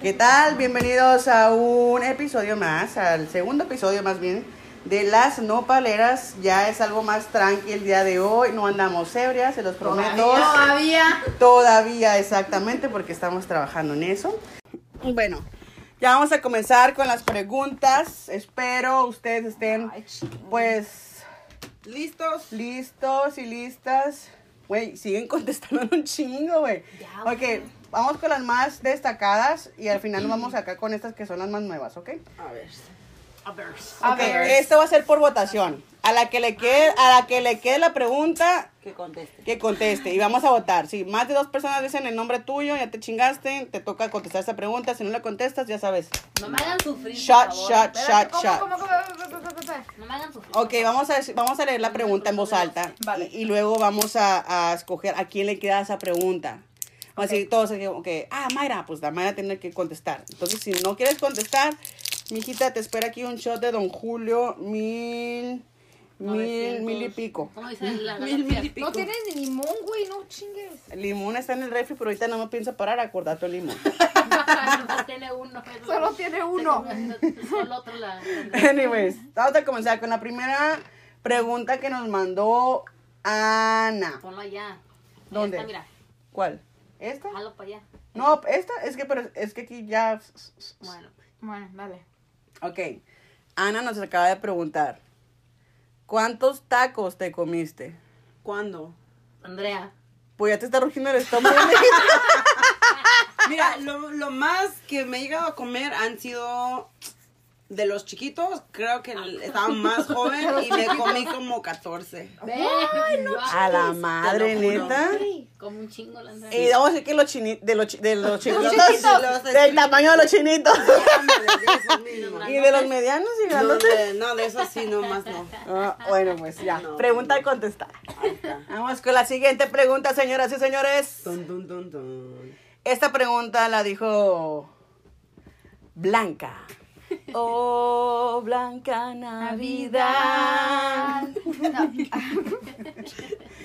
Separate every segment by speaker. Speaker 1: ¿Qué tal? Bienvenidos a un episodio más, al segundo episodio más bien, de las nopaleras. Ya es algo más tranqui el día de hoy, no andamos ebrias, se los prometo.
Speaker 2: Todavía.
Speaker 1: Todavía, exactamente, porque estamos trabajando en eso. Bueno, ya vamos a comenzar con las preguntas. Espero ustedes estén,
Speaker 2: Ay, chingada.
Speaker 1: pues,
Speaker 3: ¿Listos?
Speaker 1: listos y listas. Güey, siguen contestando un chingo, güey.
Speaker 2: Ya,
Speaker 1: Ok, vamos con las más destacadas y al final nos vamos acá con estas que son las más nuevas, ¿ok?
Speaker 3: A ver.
Speaker 2: A ver.
Speaker 1: Ok, esto va a ser por votación. A la que le quede, a la que le quede la pregunta,
Speaker 3: Que conteste.
Speaker 1: que conteste. Y vamos a votar. Si más de dos personas dicen el nombre tuyo, ya te chingaste, te toca contestar esa pregunta. Si no la contestas, ya sabes.
Speaker 2: No me hagan sufrir. por
Speaker 1: Shot,
Speaker 2: favor.
Speaker 1: shot, shot,
Speaker 4: ¿Cómo,
Speaker 1: shot.
Speaker 4: cómo, cómo?
Speaker 2: No me hagan sufrir.
Speaker 1: Ok, vamos a, decir- vamos a leer la pregunta en voz alta.
Speaker 4: Vale.
Speaker 1: Y, y luego vamos a, a escoger a quién le queda esa pregunta. Vamos a decir todos, aquí, ok, ah, Mayra, pues la Mayra tiene que contestar. Entonces, si no quieres contestar, mijita, te espera aquí un shot de Don Julio, mil, mil,
Speaker 2: 900.
Speaker 1: mil y pico.
Speaker 2: ¿Cómo dicen las
Speaker 3: Mil, mil y
Speaker 2: galaxias?
Speaker 3: pico.
Speaker 4: No tienes ni limón, güey, no chingues.
Speaker 1: El limón está en el refri, pero ahorita no me pienso parar a acordar tu limón.
Speaker 2: Nomás tiene uno. pues, pero-
Speaker 4: Solo tiene uno.
Speaker 2: Solo otro la.
Speaker 1: Anyways, vamos a comenzar con la primera pregunta que nos mandó Ana.
Speaker 2: Ponlo allá.
Speaker 1: ¿Dónde?
Speaker 2: Esta, mira.
Speaker 1: ¿Cuál? ¿Esta?
Speaker 2: Jalo para allá.
Speaker 1: No, esta es que, pero es que aquí ya.
Speaker 2: Bueno.
Speaker 4: Bueno, dale.
Speaker 1: Ok. Ana nos acaba de preguntar: ¿Cuántos tacos te comiste?
Speaker 3: ¿Cuándo?
Speaker 2: Andrea.
Speaker 1: Pues ya te está rugiendo el estómago.
Speaker 3: Mira, lo, lo más que me he llegado a comer han sido de los chiquitos. Creo que el- estaba más joven y me comí como 14.
Speaker 2: Ay, no.
Speaker 1: a la madre,
Speaker 3: Pues, Te lo juro.
Speaker 1: neta.
Speaker 2: Como un chingo la Andrea.
Speaker 1: Y vamos a decir que los chinitos. De los, chi- de los chiquitos.
Speaker 3: chiquitos.
Speaker 1: Del tamaño de los chinitos.
Speaker 3: De esos mismos.
Speaker 1: y de los medianos y
Speaker 3: No,
Speaker 1: grandotes.
Speaker 3: de, no, de esos sí, no más no.
Speaker 1: Ah, bueno, pues ya.
Speaker 3: No.
Speaker 1: pregunta y contestar.
Speaker 3: Ahí está.
Speaker 1: Vamos con la siguiente pregunta, señoras y señores.
Speaker 3: Dun, dun, dun, dun.
Speaker 1: Esta pregunta la dijo Blanca. Oh, Blanca Navidad.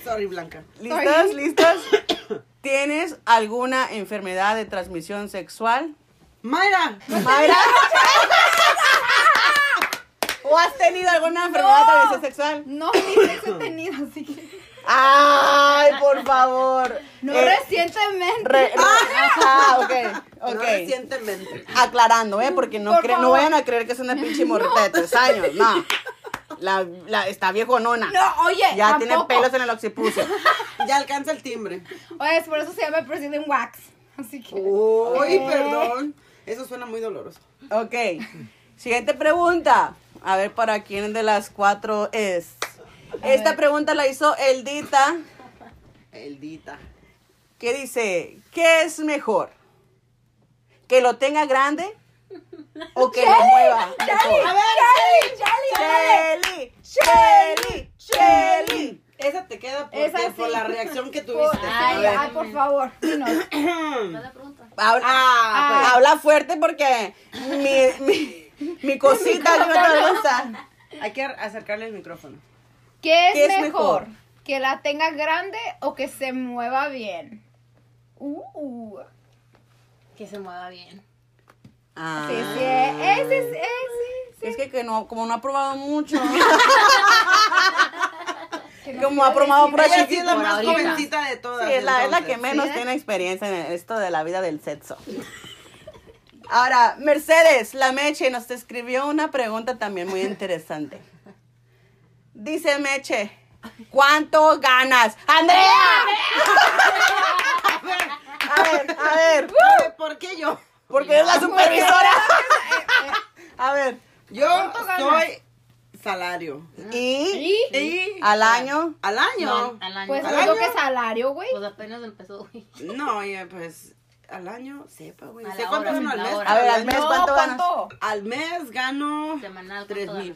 Speaker 3: Sorry, Blanca.
Speaker 1: ¿Listas? ¿Listas? ¿Tienes alguna enfermedad de transmisión sexual?
Speaker 3: Mayra,
Speaker 1: Mayra. ¿O has tenido alguna enfermedad de transmisión sexual?
Speaker 4: No, ni sexo he tenido, así que.
Speaker 1: ¡Ay, por favor!
Speaker 4: No
Speaker 1: Eh,
Speaker 4: recientemente.
Speaker 1: Re- re- ah, ok, ok.
Speaker 3: no recientemente.
Speaker 1: Aclarando, ¿eh? Porque no,
Speaker 4: Por
Speaker 1: cre- no
Speaker 4: favor.
Speaker 1: vayan a creer que es una pinche morrita de tres años, no. La, la, está viejonona.
Speaker 4: No, oye,
Speaker 1: ya tiene
Speaker 4: tampoco.
Speaker 1: pelos en el occipucio.
Speaker 3: Ya alcanza el timbre.
Speaker 4: Oye, es por eso se llama President Wax. Así que.
Speaker 1: Uh.
Speaker 3: Uy, perdón. Eso suena muy doloroso.
Speaker 1: Ok. Siguiente pregunta. A ver para quién de las cuatro es. Esta pregunta la hizo Eldita,
Speaker 3: Eldita.
Speaker 1: que dice, ¿qué es mejor? ¿Que lo tenga grande o que lo mueva? mejor?
Speaker 4: ¡Chali! ¡Chali!
Speaker 1: Shelly, Shelly, Shelly.
Speaker 3: Esa te queda porque,
Speaker 4: Esa
Speaker 3: por
Speaker 4: sí. Ah,
Speaker 3: la reacción que
Speaker 4: Por-
Speaker 3: tuviste. A
Speaker 4: Ay,
Speaker 3: ver.
Speaker 4: ay, por favor, dinos.
Speaker 2: ¿Cuál es la pregunta?
Speaker 1: Habla,
Speaker 3: Ah,
Speaker 1: pues, habla fuerte porque mi, mi, mi cosita no me avergüenza.
Speaker 3: Hay que acercarle el micrófono.
Speaker 4: ¿Qué es,
Speaker 1: ¿Qué es
Speaker 4: mejor?
Speaker 1: mejor?
Speaker 4: ¿Que la tenga grande o que se mueva bien? Uh,
Speaker 2: Que se mueva bien.
Speaker 1: Ah,
Speaker 4: sí, sí,
Speaker 1: eh,
Speaker 4: ese es, ese
Speaker 1: Es que, que no, como no ha probado mucho,
Speaker 4: es. que no
Speaker 1: como ha
Speaker 4: quiero
Speaker 1: probado
Speaker 4: decir.
Speaker 1: por
Speaker 3: Ella sí es
Speaker 1: chiquito.
Speaker 3: la
Speaker 2: por
Speaker 3: más
Speaker 2: ahorita.
Speaker 3: jovencita de todas.
Speaker 1: Sí, es la, es la que
Speaker 3: entonces.
Speaker 1: menos
Speaker 4: ¿Sí?
Speaker 1: tiene experiencia en esto de la vida del sexo. Ahora, Mercedes, la Meche nos escribió una pregunta también muy interesante. Dice Meche, ¿cuánto ganas? ¡Andrea! A ver, a ver,
Speaker 3: ¿Sabe ¿Por qué yo?
Speaker 1: porque es la supervisora. A ver,
Speaker 3: Yo
Speaker 4: ganas?
Speaker 3: soy salario.
Speaker 1: y
Speaker 4: ¿Y?
Speaker 3: ¿Y?
Speaker 1: al año,
Speaker 3: ¿Al año?
Speaker 2: No, al año.
Speaker 4: Pues
Speaker 3: ¿Al
Speaker 4: no digo
Speaker 3: año?
Speaker 4: que salario, güey.
Speaker 2: Pues apenas empezó, güey.
Speaker 3: No, oye, pues al año, sepa, güey.
Speaker 2: A
Speaker 3: Sé
Speaker 2: la
Speaker 3: cuánto
Speaker 2: hora,
Speaker 3: gano al
Speaker 2: la
Speaker 3: mes.
Speaker 2: hora.
Speaker 3: pero
Speaker 1: A ver, al mes.
Speaker 4: No,
Speaker 1: ¿cuánto ganas?
Speaker 3: Al mes gano
Speaker 2: Semanal.
Speaker 3: tres
Speaker 2: ¿cuánto
Speaker 3: mil.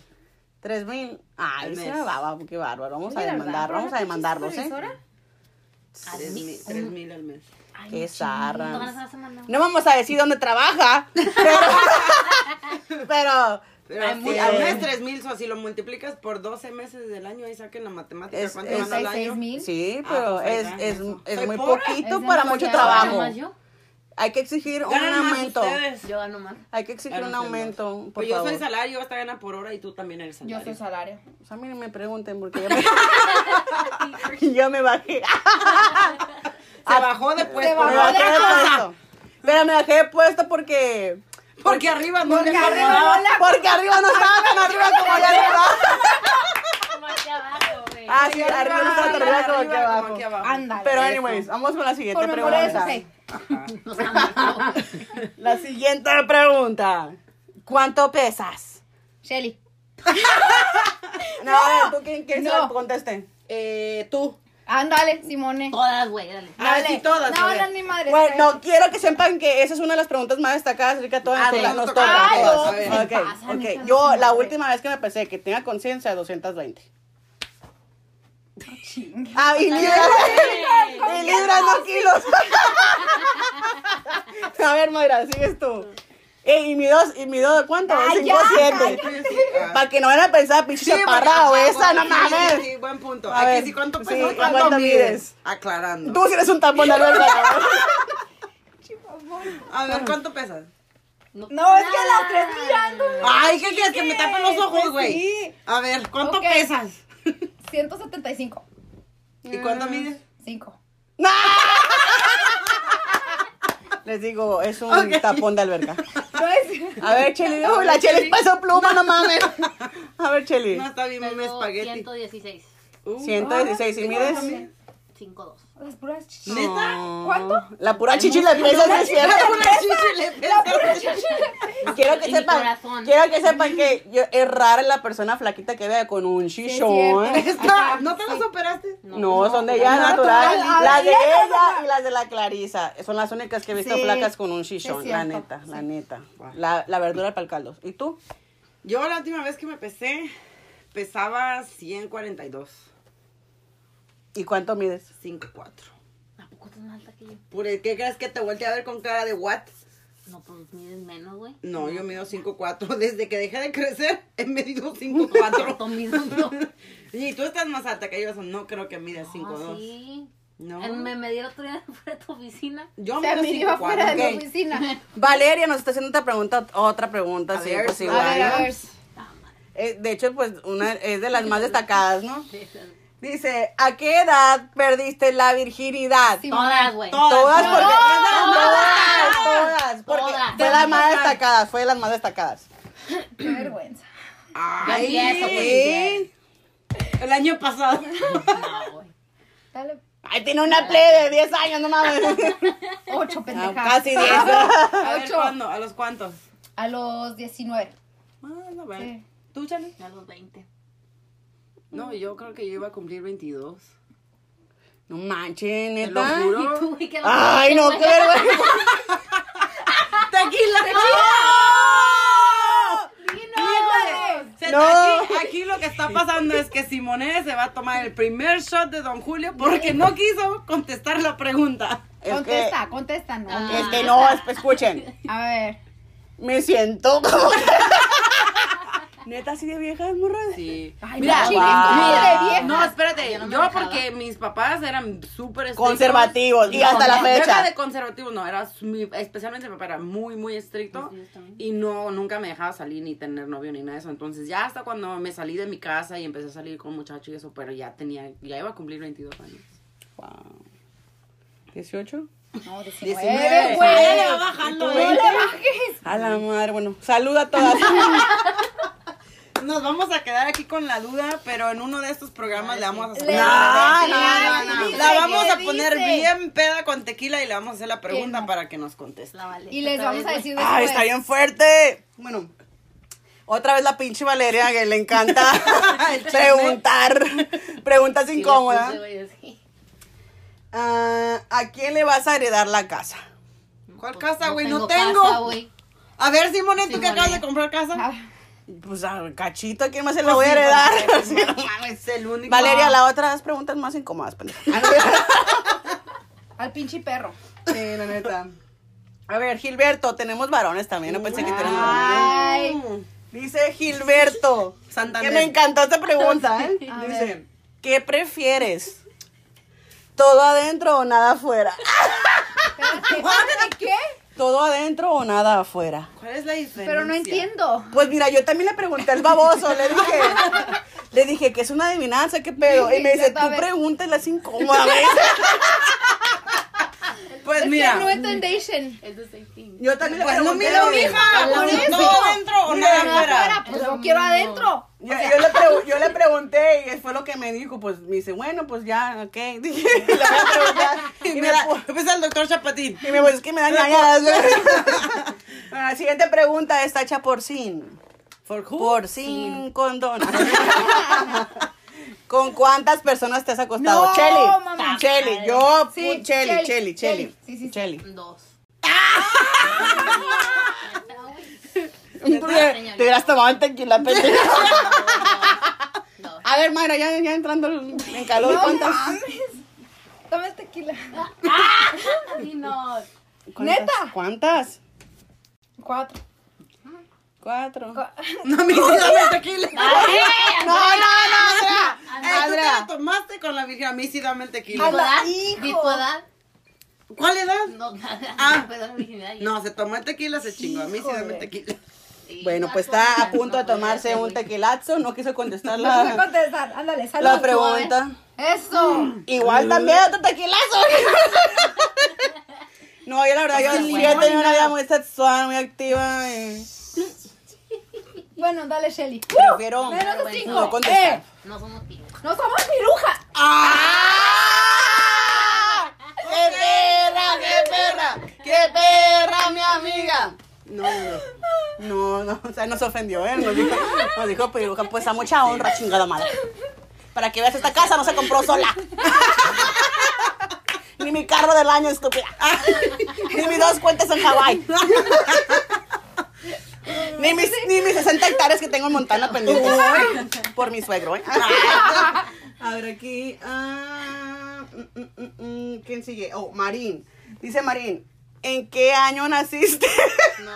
Speaker 1: tres mil.
Speaker 3: Al
Speaker 1: Ay, se
Speaker 3: mes.
Speaker 1: me va, va, qué bárbaro. Vamos a
Speaker 4: Oye, la verdad,
Speaker 1: demandar, vamos a
Speaker 4: ¿no?
Speaker 1: demandarlos, ¿eh?
Speaker 4: ¿Supervisora?
Speaker 2: Al
Speaker 3: Tres
Speaker 2: mes.
Speaker 3: mil- tres mil al mes.
Speaker 2: Ay,
Speaker 1: Qué
Speaker 2: no
Speaker 1: zarra.
Speaker 2: ¿Cuánto ganas a la semana?
Speaker 1: No vamos a decir dónde trabaja, pero, pero
Speaker 3: Pero
Speaker 2: Ay,
Speaker 3: sí,
Speaker 2: muy
Speaker 3: al
Speaker 1: bien.
Speaker 3: mes tres mil, so, si lo multiplicas por 12 meses del año, ahí saquen la matemática.
Speaker 1: Es-
Speaker 3: ¿Cuánto
Speaker 1: es-
Speaker 3: gana al año?
Speaker 4: ¿36,000?
Speaker 1: sí,
Speaker 3: Ah,
Speaker 1: pero
Speaker 3: pues ahí
Speaker 1: es,
Speaker 3: va,
Speaker 1: es,
Speaker 3: eso.
Speaker 1: es
Speaker 3: Soy
Speaker 1: muy
Speaker 3: pobre.
Speaker 1: poquito
Speaker 4: Es
Speaker 1: para
Speaker 4: demasiado.
Speaker 1: mucho
Speaker 2: ¿Cuánto
Speaker 1: trabajo.
Speaker 2: ganas yo?
Speaker 1: Hay que exigir un
Speaker 3: Ganan más
Speaker 1: aumento.
Speaker 3: ustedes.
Speaker 2: Yo gano más.
Speaker 1: Hay que exigir
Speaker 3: Ganan
Speaker 1: un
Speaker 3: ustedes
Speaker 1: aumento,
Speaker 3: más.
Speaker 1: por
Speaker 3: Pues yo
Speaker 1: favor.
Speaker 3: soy salario, hasta gana por hora y tú también eres salario.
Speaker 4: Yo soy salario.
Speaker 1: O sea, a mí ni me pregunten porque yo me, yo me bajé.
Speaker 3: Se bajó después.
Speaker 4: Se
Speaker 1: me
Speaker 4: bajó
Speaker 1: bajé
Speaker 4: otra
Speaker 1: de
Speaker 4: cosa.
Speaker 1: puesto. Pero me bajé de puesto porque...
Speaker 3: Porque arriba no le
Speaker 4: arriba
Speaker 3: pagaba.
Speaker 4: no la-
Speaker 1: Porque arriba no estaba tan arriba como allá arriba.
Speaker 2: Más que abajo, güey.
Speaker 1: Ah, sí, arriba no estaba tan arriba como aquí
Speaker 3: Arriba
Speaker 1: abajo.
Speaker 4: Ándale.
Speaker 1: Pero anyways, vamos con la siguiente
Speaker 4: Conmemora eso,
Speaker 1: pregunta.
Speaker 4: sí.
Speaker 2: Nos amamos.
Speaker 1: La siguiente pregunta. ¿Cuánto pesas?
Speaker 4: Shelly.
Speaker 1: No, a ver, ¿tú quién quieres
Speaker 4: No.
Speaker 1: que conteste?
Speaker 3: Eh, tú.
Speaker 4: Ándale, Simone.
Speaker 2: Todas, güey, dale.
Speaker 3: Ah,
Speaker 4: Dale.
Speaker 3: sí, todas. a
Speaker 4: No,
Speaker 3: ver.
Speaker 4: no, ni madre.
Speaker 3: ¿eh?
Speaker 1: Bueno, no quiero que sepan que esa es una de las preguntas más destacadas, rica todas
Speaker 3: Ah,
Speaker 1: nos toca-
Speaker 3: nos
Speaker 1: nos
Speaker 3: toca
Speaker 1: toca
Speaker 4: a
Speaker 1: a todas.
Speaker 4: todos.
Speaker 3: Ay,
Speaker 1: Ok,
Speaker 2: se pasan,
Speaker 1: ok.
Speaker 2: hijas de
Speaker 1: Yo
Speaker 2: su
Speaker 1: la
Speaker 2: madre.
Speaker 1: última vez que me pesé que tenga conciencia 220. Ah, y libras. y libras, no kilos. a ver, Mayra, sigues tú. Eh, y mi dos, y mi dos, ¿cuánto?
Speaker 4: Ay, ya,
Speaker 1: 57. Para que no vayan a pensar, pinche
Speaker 3: ah. Sí,
Speaker 1: chaparrado
Speaker 3: porque-
Speaker 1: esa, no
Speaker 3: sí,
Speaker 1: mames.
Speaker 3: Sí, sí, buen punto.
Speaker 1: A
Speaker 3: Hay
Speaker 1: ver,
Speaker 3: que sí, ¿cuánto
Speaker 1: sí,
Speaker 3: pesas?
Speaker 1: ¿cuánto
Speaker 3: ¿Cuánto
Speaker 1: mides?
Speaker 3: mides? Aclarando.
Speaker 1: Tú sí eres un tampón de alberca.
Speaker 3: A ver,
Speaker 1: Mm.
Speaker 3: ¿cuánto pesas?
Speaker 4: No, es que las tres mirando.
Speaker 3: Ay, ¿qué quieres? Que me tapen los ojos,
Speaker 4: Pues
Speaker 3: güey.
Speaker 4: sí.
Speaker 3: A ver, ¿cuánto
Speaker 4: Ok.
Speaker 3: pesas?
Speaker 4: 175.
Speaker 3: ¿Y
Speaker 4: Mm.
Speaker 3: cuánto mides?
Speaker 4: 5.
Speaker 1: ¡No! Les digo, es un
Speaker 3: Ok.
Speaker 1: tapón de alberca.
Speaker 4: No es.
Speaker 1: A ver, Cheli. Uy, la Cheli pasó pluma, no mames. A ver, Cheli.
Speaker 3: No, está bien, mami,
Speaker 2: Peso
Speaker 3: espagueti.
Speaker 2: 116.
Speaker 3: Uh.
Speaker 1: 116, ¿y mides?
Speaker 2: 5'2".
Speaker 4: Las puras chichis.
Speaker 3: ¿Neta?
Speaker 4: ¿Cuánto?
Speaker 1: La pura chichi la pesa es
Speaker 3: Era
Speaker 1: cierto.
Speaker 3: una chichi, le pesas.
Speaker 1: Quiero que
Speaker 2: En mi
Speaker 1: sepan,
Speaker 2: corazón.
Speaker 1: quiero que sepan que yo, es rara la persona flaquita que vea con un chichón.
Speaker 4: cierto.
Speaker 3: Esta, ¿No te las operaste?
Speaker 1: No, son de ella
Speaker 4: no,
Speaker 1: natural.
Speaker 4: natural.
Speaker 1: Las
Speaker 4: Ay,
Speaker 1: de
Speaker 4: ya,
Speaker 1: ella y las de la Clarisa. Son las únicas que he visto
Speaker 4: Sí,
Speaker 1: flacas con un
Speaker 4: es
Speaker 1: chichón. La
Speaker 4: cierto,
Speaker 1: neta, la
Speaker 4: sí.
Speaker 1: neta. La, la verdura para el caldo. ¿Y tú?
Speaker 3: Yo la última vez que me pesé, pesaba 142.
Speaker 1: ¿Y cuánto mides?
Speaker 3: 5'4.
Speaker 2: ¿A poco estás más alta que yo?
Speaker 3: ¿Por el- qué crees que te volteé a ver con cara de what?
Speaker 2: No, pues mides menos, güey.
Speaker 3: No, yo mido 5'4. Desde que dejé de crecer, he medido
Speaker 2: Tú
Speaker 3: 5'4.
Speaker 2: mismo, no.
Speaker 3: y tú estás más alta que yo, so no creo que midas 5'2.
Speaker 2: No, Ah, sí.
Speaker 3: No.
Speaker 2: Eh, Me medí el otro día fuera de tu oficina.
Speaker 3: Yo
Speaker 4: Se
Speaker 3: mido
Speaker 4: me iba
Speaker 3: 5'4.
Speaker 4: fuera de la
Speaker 1: ok.
Speaker 4: oficina.
Speaker 1: Valeria nos está haciendo otra pregunta, otra pregunta,
Speaker 3: A
Speaker 1: sí,
Speaker 3: ver,
Speaker 1: pues
Speaker 4: A
Speaker 3: a
Speaker 1: igual.
Speaker 4: ver, a
Speaker 3: Igual.
Speaker 4: ver.
Speaker 1: Eh, de hecho, pues una es de las más destacadas, ¿no?
Speaker 2: De esas.
Speaker 1: Dice, ¿a qué edad perdiste la virginidad?
Speaker 4: Sí,
Speaker 2: Todas, güey.
Speaker 3: Todas.
Speaker 1: Todas,
Speaker 3: No,
Speaker 1: porque
Speaker 3: no,
Speaker 1: todas, todas, porque
Speaker 2: Todas.
Speaker 1: fue las más destacadas, fue de las más destacadas.
Speaker 4: Qué vergüenza.
Speaker 3: Ay,
Speaker 2: Ya empiezo, güey,
Speaker 3: El año pasado.
Speaker 2: No, güey.
Speaker 4: Dale.
Speaker 1: Ay, tiene una play de 10 años, no mames.
Speaker 4: Ocho, pendeja.
Speaker 1: No, Ah, casi 10.
Speaker 3: A ver,
Speaker 4: Ocho.
Speaker 3: ¿cuándo? ¿A los cuántos?
Speaker 4: A los 19.
Speaker 3: Ah, no, bueno.
Speaker 4: Sí.
Speaker 3: ¿Tú, Chale?
Speaker 2: A los 20.
Speaker 3: No, yo creo que yo iba a cumplir 22.
Speaker 1: No manches,
Speaker 3: Te lo
Speaker 1: neta.
Speaker 2: Y tú,
Speaker 3: juro.
Speaker 2: güey, que
Speaker 1: Ay, no, qué vergüenza.
Speaker 3: ¡Tequila!
Speaker 4: ¡Híjole!
Speaker 3: Se-
Speaker 1: No.
Speaker 3: Aquí, aquí lo que está pasando es que Simone se va a tomar el primer shot de Don Julio porque no quiso contestar la pregunta.
Speaker 1: Es que,
Speaker 4: Contesta, contesta, no.
Speaker 1: es que no, es- escuchen.
Speaker 4: A ver.
Speaker 1: Me siento como Neta, así de viejas, morra.
Speaker 3: Sí.
Speaker 4: Ay,
Speaker 3: Mira,
Speaker 4: no,
Speaker 1: chiqui,
Speaker 4: mira,
Speaker 3: mira,
Speaker 4: viejas.
Speaker 3: no, espérate.
Speaker 2: Yo no me
Speaker 3: yo
Speaker 2: dejaba.
Speaker 3: porque mis papás eran súper estrictos.
Speaker 1: Conservativos, y hasta la
Speaker 3: No,
Speaker 1: fecha.
Speaker 3: deja de conservativo, no. Era muy- especialmente mi papá era muy, muy estricto.
Speaker 2: Pues, yo también.
Speaker 3: Y no, nunca me dejaba salir ni tener novio ni nada de eso. Entonces, ya hasta cuando me salí de mi casa y empecé a salir con muchachos y eso, pero ya tenía, ya iba a cumplir 22 años.
Speaker 1: Wow. 18.
Speaker 4: No,
Speaker 3: 19.
Speaker 4: 19, güey.
Speaker 3: va
Speaker 2: Ah,
Speaker 3: bajando,
Speaker 4: No le bajes.
Speaker 1: A la madre, bueno, saluda a todas.
Speaker 3: Nos vamos a quedar aquí con la duda, pero en uno de estos programas le vamos a hacer.
Speaker 4: Le-
Speaker 1: No,
Speaker 4: le-
Speaker 1: no, no, no.
Speaker 4: dice,
Speaker 3: La vamos
Speaker 4: ¿qué
Speaker 3: a poner
Speaker 4: dice?
Speaker 3: bien peda con tequila y le vamos a hacer la pregunta
Speaker 4: no.
Speaker 3: para que nos conteste.
Speaker 2: La vale.
Speaker 4: Y les
Speaker 2: Otra
Speaker 4: vamos
Speaker 2: vez,
Speaker 4: a
Speaker 2: güey.
Speaker 4: decir después.
Speaker 1: Ay, Ah, está bien fuerte. Bueno, otra vez la pinche Valeria que le encanta preguntar preguntas
Speaker 2: Sí,
Speaker 1: incómodas.
Speaker 2: le puse, güey, así.
Speaker 1: Ah, ¿A quién le vas a heredar la casa?
Speaker 3: ¿Cuál
Speaker 2: Pues,
Speaker 3: casa, güey? No
Speaker 2: casa,
Speaker 3: tengo.
Speaker 2: güey.
Speaker 3: A ver, Simone, ¿tú que
Speaker 2: Simone.
Speaker 3: acabas de comprar casa?
Speaker 4: Ah,
Speaker 1: Pues a Cachito, ¿a quién más se
Speaker 2: Pues
Speaker 1: la voy a heredar? Sí, no mames.
Speaker 3: Es el único.
Speaker 1: Valeria, la otra, las preguntas más incómodas, pendeja.
Speaker 4: Al pinche perro.
Speaker 1: Sí, la neta. A ver, Gilberto, tenemos varones también, no pensé que
Speaker 2: Ah,
Speaker 1: teníamos varones.
Speaker 4: Ay.
Speaker 1: Dice Gilberto.
Speaker 3: Santander.
Speaker 1: Que me encantó esta pregunta, ¿eh?
Speaker 4: A
Speaker 1: Dice,
Speaker 4: ver.
Speaker 1: ¿qué prefieres? ¿Todo adentro o nada afuera?
Speaker 4: Espérate, ¿Qué?
Speaker 1: ¿Todo adentro o nada afuera?
Speaker 3: ¿Cuál es la diferencia?
Speaker 4: Pero no entiendo.
Speaker 1: Pues mira, yo también le pregunté al baboso, le dije, le dije que es una adivinanza, qué pedo. Y me dice, tú pregúntale así incómoda, me dice.
Speaker 3: Pues
Speaker 4: Es
Speaker 3: mira.
Speaker 4: que no entendation.
Speaker 2: Es the same thing.
Speaker 1: Yo también le
Speaker 3: Pues lo
Speaker 1: pregunté.
Speaker 3: mismo, mija.
Speaker 4: Por
Speaker 3: pues,
Speaker 4: eso.
Speaker 3: ¿Todo adentro o
Speaker 1: Mira,
Speaker 3: nada
Speaker 4: Pero afuera,
Speaker 3: afuera?
Speaker 4: pues
Speaker 2: Es
Speaker 4: yo
Speaker 2: lo
Speaker 4: quiero
Speaker 2: mismo.
Speaker 4: adentro.
Speaker 1: Yo, yo le pregu- yo le pregunté y fue lo que me dijo, pues me dice, bueno, pues ya, ok, dije, le voy a preguntar. Y me pues,
Speaker 3: Mira,
Speaker 1: pu-
Speaker 3: empieza el doctor Chapatín.
Speaker 1: y me pues, es que me dan ñañadas. La siguiente pregunta es tacha por sin.
Speaker 3: ¿For who?
Speaker 1: Por sin condón. ¿Con cuántas personas te has acostado?
Speaker 4: No,
Speaker 1: Cheli.
Speaker 4: mamá.
Speaker 1: Cheli, yo,
Speaker 4: Sí,
Speaker 1: pu-
Speaker 4: Cheli,
Speaker 1: Cheli, Cheli, Cheli.
Speaker 4: Cheli. Sí, sí, sí.
Speaker 1: Cheli.
Speaker 2: Dos.
Speaker 1: Te hubieras tomado el tequila, pendejo.
Speaker 2: Dos.
Speaker 1: A ver, Mayra, ya, ya entrando en calor,
Speaker 4: No
Speaker 1: ¿cuántas?
Speaker 4: mames. Toma tequila.
Speaker 2: Así no.
Speaker 1: ¿Cuántas?
Speaker 4: ¿Neta?
Speaker 1: ¿Cuántas?
Speaker 4: Cuatro.
Speaker 1: Cuatro.
Speaker 4: Cua-
Speaker 3: No, mi dame tequila.
Speaker 1: No, no, no, Andrea.
Speaker 3: Eh, tú te la
Speaker 1: Andrea.
Speaker 3: tomaste con la virgen. A mí sí dame el tequila.
Speaker 4: Anda,
Speaker 2: ¿Bipodad?
Speaker 4: hijo.
Speaker 2: ¿Bipodad?
Speaker 3: ¿Cuál edad?
Speaker 2: No, nada.
Speaker 3: Ah.
Speaker 2: No puedo la virginidad.
Speaker 3: No, se tomó el tequila, se chingó. A mí sí dame
Speaker 4: Híjole.
Speaker 3: tequila.
Speaker 2: Sí,
Speaker 1: Bueno,
Speaker 2: no,
Speaker 1: pues
Speaker 2: todavía
Speaker 1: está a
Speaker 2: no
Speaker 1: punto de
Speaker 2: puedo
Speaker 1: tomarse
Speaker 2: hacer
Speaker 1: un
Speaker 2: muy-
Speaker 1: tequilazo. No quiso contestar
Speaker 4: No sé
Speaker 1: la,
Speaker 4: contestar. Ándale, salud.
Speaker 1: la pregunta.
Speaker 4: Eso.
Speaker 1: Igual también otro tequilazo. No, yo la verdad, yo sí he tenido una vida muy sexual, muy activa. y
Speaker 4: Bueno, dale, Shelly.
Speaker 1: Prefiero
Speaker 4: Menos de cinco.
Speaker 1: no contestar.
Speaker 4: Eh,
Speaker 2: No somos tíos.
Speaker 4: no somos piruja.
Speaker 1: ¡Ah! ¡Qué perra, qué perra! ¡Qué perra, mi amiga!
Speaker 3: No, no, no.
Speaker 1: No, no, o sea, nos ofendió, ¿eh? Nos dijo, nos dijo piruja, pues a mucha honra, chingada madre. Para que veas, esta casa no se compró sola. Ni mi carro del año, estúpida. Ni mis dos cuentas en Hawái. Ni mis, ni mis 60 hectáreas que tengo en Montana pendientes. Por mi suegro, ¿eh? A ver, aquí. ah, mm, mm, mm, mm, ¿Quién sigue? Oh, Marín. Dice Marín, ¿en qué año naciste?
Speaker 2: No,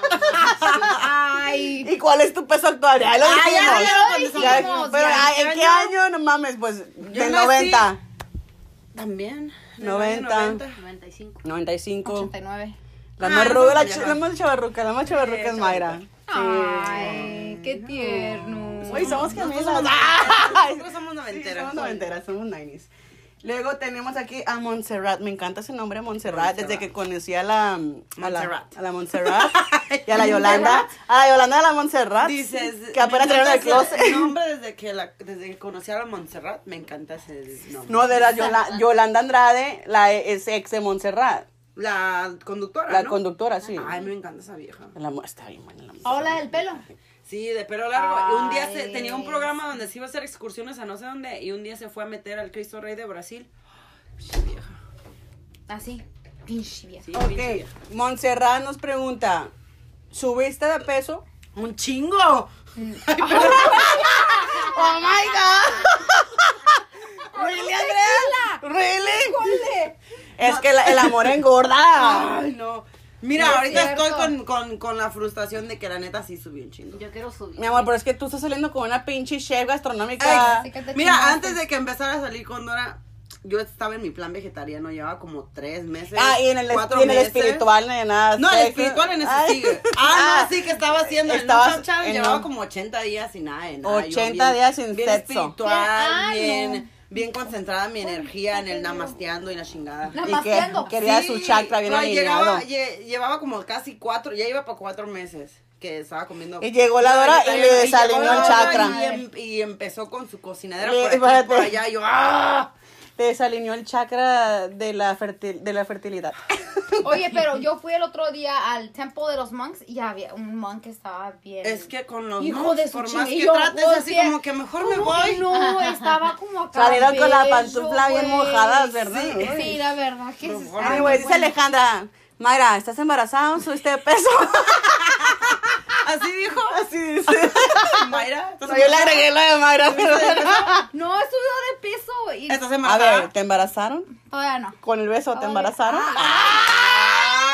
Speaker 4: Ay.
Speaker 1: ¿Y cuál es tu peso actual? Ya lo
Speaker 3: Ah, ya,
Speaker 1: dijimos.
Speaker 3: ya lo contestamos.
Speaker 1: Ya,
Speaker 4: dijimos,
Speaker 1: Pero
Speaker 4: ya.
Speaker 1: ah, ¿en qué año? No mames, pues
Speaker 3: Yo
Speaker 1: del
Speaker 3: nací-
Speaker 1: 90.
Speaker 3: También. en el
Speaker 1: Noventa.
Speaker 3: año 90.
Speaker 2: 95.
Speaker 1: 95.
Speaker 4: 89.
Speaker 1: La
Speaker 3: Ah,
Speaker 1: más
Speaker 3: no,
Speaker 1: ruda, la,
Speaker 3: ya
Speaker 1: ch-
Speaker 3: no.
Speaker 1: la más chavarruca, la más chavarruca es Mayra.
Speaker 4: Ay, qué tierno.
Speaker 1: Oye, somos gemelas.
Speaker 3: somos
Speaker 1: Ay.
Speaker 3: Nosotros somos
Speaker 1: Sí,
Speaker 3: noventeras.
Speaker 1: somos noventeras, somos 90s. Luego tenemos aquí a Montserrat. Me encanta ese nombre, Montserrat. Desde que conocí a la. A la,
Speaker 3: Montserrat.
Speaker 1: a la Montserrat. y a la Yolanda. A la Yolanda de la Montserrat.
Speaker 3: Dices.
Speaker 1: Que apenas
Speaker 3: me
Speaker 1: salieron del
Speaker 3: encanta ese
Speaker 1: closet.
Speaker 3: nombre desde que, la, desde que conocí a la Montserrat, me encanta ese nombre.
Speaker 1: No, de la Yola- Yolanda Andrade, la ex ex de Montserrat.
Speaker 3: La conductora.
Speaker 1: La
Speaker 3: Ah, ¿no?
Speaker 1: conductora, sí.
Speaker 3: Ay, me encanta esa vieja.
Speaker 1: La mu- está bien buena la mujer.
Speaker 4: Hola del pelo.
Speaker 3: Sí, de pelo largo. Y un día se,
Speaker 4: Ay.
Speaker 3: tenía un programa donde se iba a hacer excursiones a no sé dónde. Y un día se fue a meter al Cristo Rey de Brasil. Pinche vieja.
Speaker 4: Así. Pinche vieja.
Speaker 3: Sí, pinche vieja.
Speaker 1: Ok, Montserrat nos pregunta, ¿subiste de peso?
Speaker 3: ¡Un chingo!
Speaker 1: ¡Oh, my God! ¿Really, Andrea? ¿Really? Es que la- el amor engorda.
Speaker 3: Ay, no. Mira,
Speaker 4: No es
Speaker 3: ahorita
Speaker 4: cierto.
Speaker 3: estoy con, con, con la frustración de que la neta sí subí un chingo.
Speaker 2: Yo quiero
Speaker 1: Mi
Speaker 2: subir.
Speaker 1: amor, pero es que tú estás saliendo con una pinche chef gastronómica. Ah,
Speaker 4: Ay, sí que te
Speaker 3: Mira,
Speaker 4: chingaste.
Speaker 3: antes de que empezara a salir con Dora, yo estaba en mi plan vegetariano, llevaba como tres meses.
Speaker 1: Ah, y en el,
Speaker 3: cuatro
Speaker 1: y en el
Speaker 3: meses.
Speaker 1: espiritual, ni nada.
Speaker 3: No, el
Speaker 1: sexo.
Speaker 3: espiritual en ese
Speaker 1: Ay.
Speaker 3: sigue. Ah, no, sí que estaba haciendo.
Speaker 1: Estabas
Speaker 3: en un challenge
Speaker 1: en
Speaker 3: llevaba
Speaker 1: un-
Speaker 3: como 80 días sin nada. de nada, yo
Speaker 1: 80
Speaker 3: bien-
Speaker 1: días sin
Speaker 3: bien
Speaker 1: sexo. Ah,
Speaker 3: espiritual,
Speaker 4: Ay,
Speaker 3: bien,
Speaker 4: no.
Speaker 3: bien concentrada mi energía en el namasteando y la chingada.
Speaker 4: No,
Speaker 1: Y que
Speaker 4: Namasteando.
Speaker 1: quería
Speaker 3: Sí,
Speaker 1: su chakra bien
Speaker 3: pero
Speaker 1: alineado.
Speaker 3: llegaba- lle- Llevaba como casi cuatro, ya iba para cuatro meses que estaba comiendo.
Speaker 1: Y llegó la Dora y le
Speaker 3: llegó
Speaker 1: desalineó
Speaker 3: la
Speaker 1: el
Speaker 3: Dora
Speaker 1: chakra.
Speaker 3: Y, em- y empezó con su cocinadera
Speaker 1: Le-
Speaker 3: por aquí,
Speaker 1: espérate.
Speaker 3: por allá. Yo, ¡ah!
Speaker 1: Te desalineó el chakra de la, fertil- de la fertilidad.
Speaker 4: Oye, pero yo fui el otro día al templo de los monks y había un monk que estaba bien.
Speaker 3: Es que con los
Speaker 4: Hijo
Speaker 3: monks,
Speaker 4: de su
Speaker 3: por
Speaker 4: chinga,
Speaker 3: más
Speaker 4: y
Speaker 3: que
Speaker 4: yo,
Speaker 3: trates
Speaker 4: o
Speaker 3: así
Speaker 4: sea,
Speaker 3: como que mejor me
Speaker 4: ¿cómo que
Speaker 3: voy.
Speaker 4: No, estaba como acá.
Speaker 1: Salieron con la
Speaker 4: bello,
Speaker 1: pantufla bien
Speaker 4: güey.
Speaker 1: mojadas, ¿verdad?
Speaker 4: Sí, sí, la verdad que sí.
Speaker 3: Ay,
Speaker 1: Ay, güey, dice Alejandra, Mayra, ¿estás embarazada? ¿Subiste de peso?
Speaker 3: Así dijo
Speaker 1: Así dice.
Speaker 3: Mayra. ¿estás
Speaker 1: No, yo le agregué la de Mayra, pero...
Speaker 4: No, he subido de peso güey, y
Speaker 3: Estás
Speaker 1: A
Speaker 3: embarazada.
Speaker 1: ver, ¿te embarazaron?
Speaker 4: todavía no.
Speaker 1: ¿Con el beso
Speaker 4: Ay.
Speaker 1: te embarazaron? ah.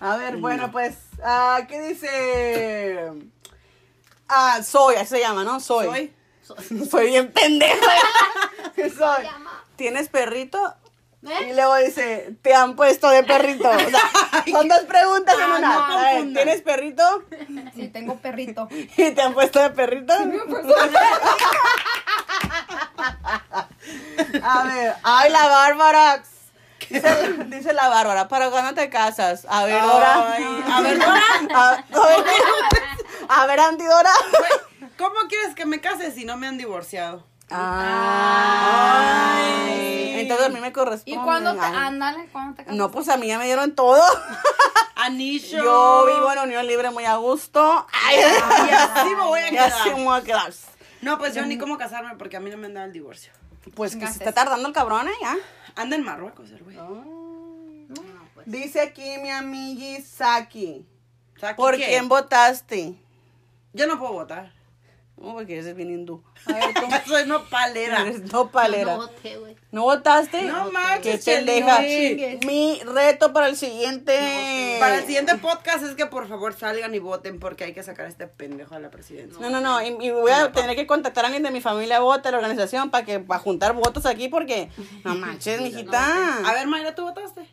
Speaker 1: A ver, bueno, pues, ah, ¿qué dice? Ah, soy, así se llama, ¿no? Soy.
Speaker 3: Soy.
Speaker 1: Soy bien pendeja. soy. ¿Tienes perrito?
Speaker 3: ¿Eh?
Speaker 1: Y luego dice, ¿te han puesto de perrito? O sea, son dos preguntas en
Speaker 3: Ah,
Speaker 1: una.
Speaker 3: no
Speaker 1: A ver,
Speaker 3: confundan.
Speaker 1: ¿Tienes perrito?
Speaker 4: Sí, tengo perrito.
Speaker 1: ¿Y te han puesto de perrito? A ver, ay, la Bárbara. Dice, dice la Bárbara, ¿para cuándo te casas? A ver, Dora.
Speaker 3: Ay, a ver, Dora.
Speaker 1: A, a ver, a ver, Andy Dora.
Speaker 3: Güey, ¿Cómo quieres que me case si no me han divorciado?
Speaker 1: Ay. Entonces a mí me
Speaker 4: ¿Y
Speaker 1: corresponde.
Speaker 4: cuándo te,
Speaker 1: Ay.
Speaker 4: ándale, cuándo te casas?
Speaker 1: No, pues a mí ya me dieron todo.
Speaker 3: Anillo.
Speaker 1: Yo vivo en Unión Libre muy a gusto. Ay,
Speaker 3: Y así me voy a
Speaker 1: ya sí
Speaker 3: quedar.
Speaker 1: me voy a quedar.
Speaker 3: No, pues yo ni cómo casarme porque a mí no me han dado el divorcio.
Speaker 1: Pues que se
Speaker 4: Gracias.
Speaker 1: está tardando el cabrón, ¿eh? Ya.
Speaker 3: Anda en Marruecos el güey.
Speaker 2: No, pues.
Speaker 1: Dice aquí mi amigui Saki.
Speaker 3: O sea, ¿qué-
Speaker 1: ¿Por
Speaker 3: qué?
Speaker 1: quién votaste?
Speaker 3: Yo no puedo votar.
Speaker 1: Oh, porque ese es bien hindú. A ver, tú
Speaker 3: Soy nopalera.
Speaker 1: eres nopalera.
Speaker 2: No, no voté, güey.
Speaker 1: ¿No votaste?
Speaker 3: No manches,
Speaker 1: Qué
Speaker 3: Chely,
Speaker 1: pendeja.
Speaker 3: no chingues.
Speaker 1: Mi reto para el siguiente.
Speaker 3: Para el siguiente podcast es que por favor salgan y voten porque hay que sacar a este pendejo a la presidencia.
Speaker 1: No, no, no. Y, y voy a tener que contactar a alguien de mi familia vota, la organización, para que para juntar votos aquí, porque no manches, mijita.
Speaker 3: A ver, Mayra, ¿tú votaste?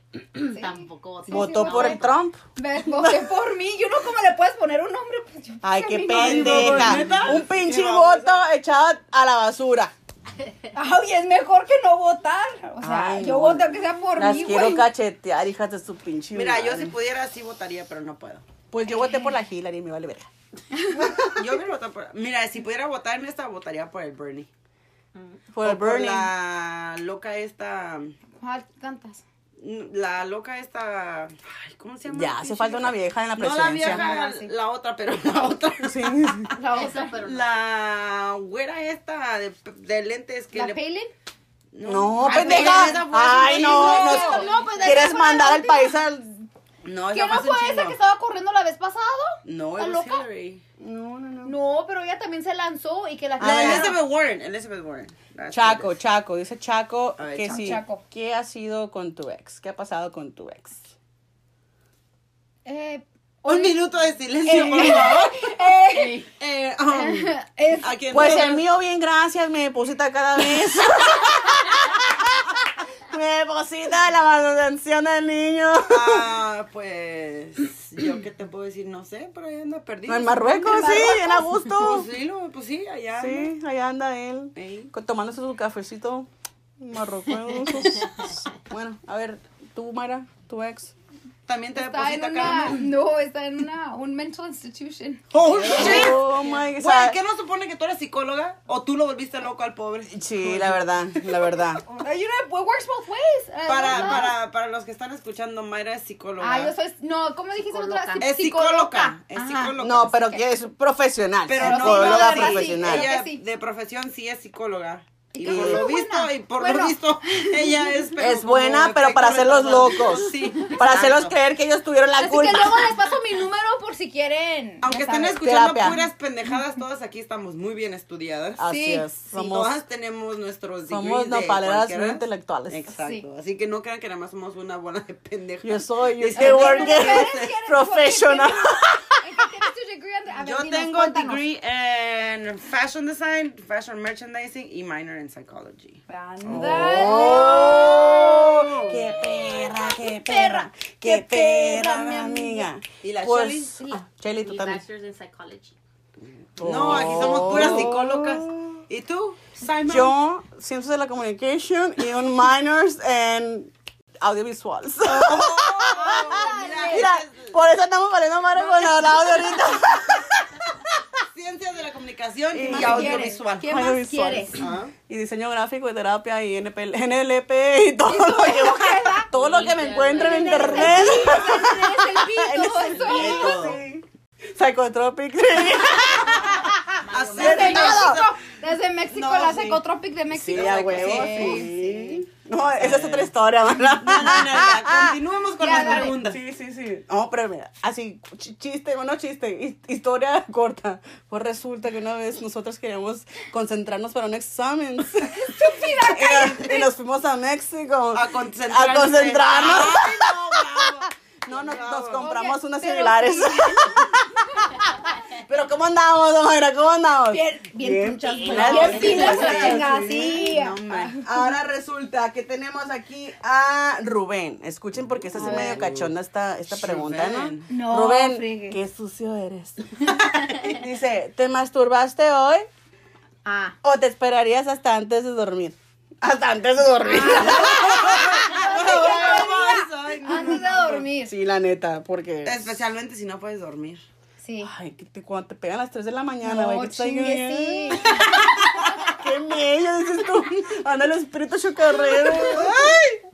Speaker 2: Tampoco voté.
Speaker 1: Votó
Speaker 4: sí,
Speaker 1: por
Speaker 4: voté.
Speaker 1: el Trump.
Speaker 4: Ve, Voté por mí. Yo no, ¿cómo le puedes poner un nombre? Pues yo
Speaker 1: Ay, qué
Speaker 4: mi
Speaker 1: pendeja.
Speaker 3: ¿neta?
Speaker 1: Un pinche
Speaker 3: Qué babosa.
Speaker 1: voto echado a la basura.
Speaker 4: Ay, es mejor que no votar. O sea,
Speaker 1: Ay,
Speaker 4: yo
Speaker 1: no.
Speaker 4: voto que sea por
Speaker 1: Las
Speaker 4: mí,
Speaker 1: quiero
Speaker 4: güey.
Speaker 1: cachetear, hijas de su pinche
Speaker 3: Mira, yo
Speaker 1: madre.
Speaker 3: si pudiera sí votaría, pero no puedo.
Speaker 1: Pues yo voté por la Hillary, me vale verga.
Speaker 3: Yo hubiera votado por... Mira, si pudiera votar en esta, votaría por el Bernie.
Speaker 1: Por el
Speaker 3: O por
Speaker 1: Bernie.
Speaker 3: la loca esta...
Speaker 4: ¿Cuál Ah, cantas?
Speaker 3: La loca esta... Ay, ¿cómo se llama?
Speaker 1: Ya, hace falta una vieja en la
Speaker 3: No la
Speaker 1: presidencia.
Speaker 3: vieja, la otra, pero la otra.
Speaker 4: La
Speaker 2: Eso,
Speaker 4: otra.
Speaker 2: pero no.
Speaker 3: La güera esta de, de lentes que
Speaker 4: ¿La
Speaker 3: le...
Speaker 4: Palin?
Speaker 1: No,
Speaker 3: Ay,
Speaker 1: pendeja.
Speaker 3: esa fue
Speaker 1: Ay,
Speaker 3: su
Speaker 1: no,
Speaker 3: hijo.
Speaker 1: no.
Speaker 4: No, pues, esa
Speaker 1: ¿Quieres
Speaker 4: fue
Speaker 1: mandar
Speaker 4: la
Speaker 1: al
Speaker 4: última.
Speaker 1: país al.
Speaker 3: No,
Speaker 4: ¿Que no fue esa que estaba corriendo la vez pasado?
Speaker 3: No,
Speaker 4: ¿La
Speaker 3: it was
Speaker 4: loca?
Speaker 3: Hillary.
Speaker 1: No, no, no.
Speaker 4: No, pero ella también se lanzó y que la
Speaker 3: La de
Speaker 1: Ah.
Speaker 3: Elizabeth Warren. Elizabeth Warren. That's
Speaker 1: Chaco,
Speaker 3: it.
Speaker 1: Chaco, dice Chaco
Speaker 3: A ver,
Speaker 1: que
Speaker 3: Chaco.
Speaker 1: sí.
Speaker 4: Chaco.
Speaker 1: ¿Qué ha sido con tu ex? ¿Qué ha pasado con tu ex?
Speaker 4: Eh,
Speaker 3: Un minuto de silencio, por favor.
Speaker 4: eh,
Speaker 3: Eh, um,
Speaker 4: es-
Speaker 3: ¿a quién
Speaker 1: Pues
Speaker 3: toca?
Speaker 1: el mío, bien, gracias, me deposita cada mes. me deposita la manutención del niño.
Speaker 3: Ah, pues yo qué te puedo decir, no sé, pero ahí anda perdido.
Speaker 1: En Marruecos, sí, en a gusto.
Speaker 3: Pues sí, lo- pues sí, allá.
Speaker 1: Sí, allá anda él.
Speaker 3: anda. Ey.
Speaker 1: co- Tomándose su cafecito marroquero. bueno, a ver, tú, Mayra, tu ex.
Speaker 3: También te
Speaker 4: está en
Speaker 3: deposita
Speaker 4: una.
Speaker 3: Carmen.
Speaker 4: No, está en una. Un mental institution.
Speaker 3: Oh, shit.
Speaker 1: Oh my God.
Speaker 3: Güey, ¿qué no supone que tú eres psicóloga? ¿O tú lo volviste loco al pobre?
Speaker 1: Sí, la verdad, la verdad.
Speaker 4: Ay, You know, it works both ways. Ah,
Speaker 3: Para,
Speaker 4: no, no.
Speaker 3: para, para los que están escuchando, Mayra es psicóloga.
Speaker 4: Ah, yo soy. No, ¿cómo dijiste la otra?
Speaker 2: Psicóloga.
Speaker 3: Es psicóloga. Es
Speaker 4: Ajá.
Speaker 3: psicóloga.
Speaker 1: No, pero que es profesional.
Speaker 3: Pero
Speaker 4: Pero
Speaker 3: no,
Speaker 1: psicóloga
Speaker 3: no,
Speaker 4: sí,
Speaker 1: profesional.
Speaker 4: Creo
Speaker 3: Ella
Speaker 4: que sí.
Speaker 3: de profesión sí es psicóloga.
Speaker 4: Y
Speaker 3: Y por
Speaker 4: creo que
Speaker 3: lo
Speaker 4: es
Speaker 3: visto,
Speaker 4: buena.
Speaker 3: y por lo
Speaker 4: Bueno.
Speaker 3: visto, ella es pero
Speaker 1: Es buena,
Speaker 3: como
Speaker 1: pero para
Speaker 3: efecto
Speaker 1: hacerlos
Speaker 3: retrasado.
Speaker 1: locos.
Speaker 3: Sí,
Speaker 1: Para
Speaker 3: exacto.
Speaker 1: hacerlos creer que ellos tuvieron la
Speaker 4: Así que
Speaker 1: culpa.
Speaker 4: luego les paso mi número por si quieren.
Speaker 3: Aunque
Speaker 4: ya
Speaker 3: estén
Speaker 4: sabes.
Speaker 3: escuchando
Speaker 1: Terapia.
Speaker 3: puras pendejadas, todas aquí estamos muy bien estudiadas.
Speaker 1: Así
Speaker 4: Sí,
Speaker 1: es.
Speaker 4: sí.
Speaker 1: Somos,
Speaker 3: todas tenemos nuestros
Speaker 1: somos
Speaker 3: degrees de
Speaker 1: nopaleras
Speaker 3: cualquiera.
Speaker 1: muy intelectuales.
Speaker 3: Exacto.
Speaker 4: Sí.
Speaker 3: Así que no crean que nada más somos una bola de pendejas.
Speaker 1: Yo soy, yo
Speaker 3: Y
Speaker 1: soy
Speaker 3: también-
Speaker 1: worker professional.
Speaker 4: ¿En qué tienes tu degree, Andrea? A ver,
Speaker 3: Yo
Speaker 4: dinos,
Speaker 3: tengo
Speaker 4: cuéntanos.
Speaker 3: degree en fashion design, fashion merchandising y minor en psychology.
Speaker 4: Ándale.
Speaker 1: ¡Oh! ¡Qué perra, qué perra! ¡Qué perra, mi amiga!
Speaker 3: ¿Y la Shelly?
Speaker 1: pues, ah, Shelly, tú
Speaker 2: Mi
Speaker 1: también.
Speaker 2: bachelor's in psychology.
Speaker 3: Oh. No, aquí somos puras psicólogas. ¿Y tú, Simon?
Speaker 1: Oh. Yo, Ciencias de la Communication y un Minors en Audiovisuals.
Speaker 3: Oh, Mira,
Speaker 1: Mira, por eso estamos valiendo madre con el audio ahorita.
Speaker 3: Ciencias de la comunicación y,
Speaker 1: Y
Speaker 4: ¿Qué quieres?
Speaker 3: audiovisual. Ah.
Speaker 4: ¿Qué más
Speaker 1: Audiovisuales.
Speaker 4: quieres?
Speaker 3: Ajá.
Speaker 1: Y diseño gráfico y terapia y NPL, NLP y todo lo que, todo lo que me encuentro en internet.
Speaker 4: Eres el pito,
Speaker 3: Y
Speaker 4: eso.
Speaker 3: todo.
Speaker 1: Psychotropic.
Speaker 3: Así
Speaker 4: Desde
Speaker 3: es,
Speaker 4: México, desde México,
Speaker 3: No,
Speaker 4: la
Speaker 3: sí.
Speaker 4: Secotropic de México.
Speaker 1: Sí, a huevo, sí. No, esa es otra historia, ¿verdad?
Speaker 3: No, no, no, ya, Continuemos con
Speaker 4: Ya,
Speaker 3: las
Speaker 4: dale.
Speaker 3: preguntas.
Speaker 1: Sí, sí, sí. No, pero mira, así, ch- chiste, bueno, chiste, hi- historia corta. Pues resulta que una vez nosotros queríamos concentrarnos para un examen. y, y nos fuimos a México.
Speaker 3: A concentrarnos.
Speaker 1: A concentrarnos.
Speaker 3: Ay, no, bravo.
Speaker 1: No, no,
Speaker 3: Bravo.
Speaker 1: nos compramos
Speaker 4: Oye,
Speaker 1: unas
Speaker 4: pero
Speaker 1: similares.
Speaker 4: sí.
Speaker 1: Pero, Pero ¿cómo andamos, Mayra? ¿Cómo andamos?
Speaker 4: Bien, bien,
Speaker 1: muchas
Speaker 4: pilas, bien pilas a la chingada, sí.
Speaker 3: No, hombre.
Speaker 1: Ahora resulta que tenemos aquí a Rubén. Escuchen porque está así
Speaker 4: ver.
Speaker 1: medio cachonda esta, esta pregunta, ¿no?
Speaker 3: Rubén.
Speaker 4: No,
Speaker 1: Rubén,
Speaker 4: friegue.
Speaker 1: qué sucio eres. Dice, ¿te masturbaste hoy
Speaker 4: Ah.
Speaker 1: o te esperarías hasta antes de dormir? Hasta antes de dormir.
Speaker 3: Soy-
Speaker 4: Antes de dormir.
Speaker 1: sí, la neta, porque...
Speaker 3: Especialmente si no puedes dormir.
Speaker 4: Sí.
Speaker 1: Ay, que te- cuando te pegan las 3 de la mañana, Ah, güey.
Speaker 4: No,
Speaker 1: que te-
Speaker 4: chingue, sí.
Speaker 1: ¡Qué miedo! Dices tú. Anda el espíritu chocarrero. ¡Ay!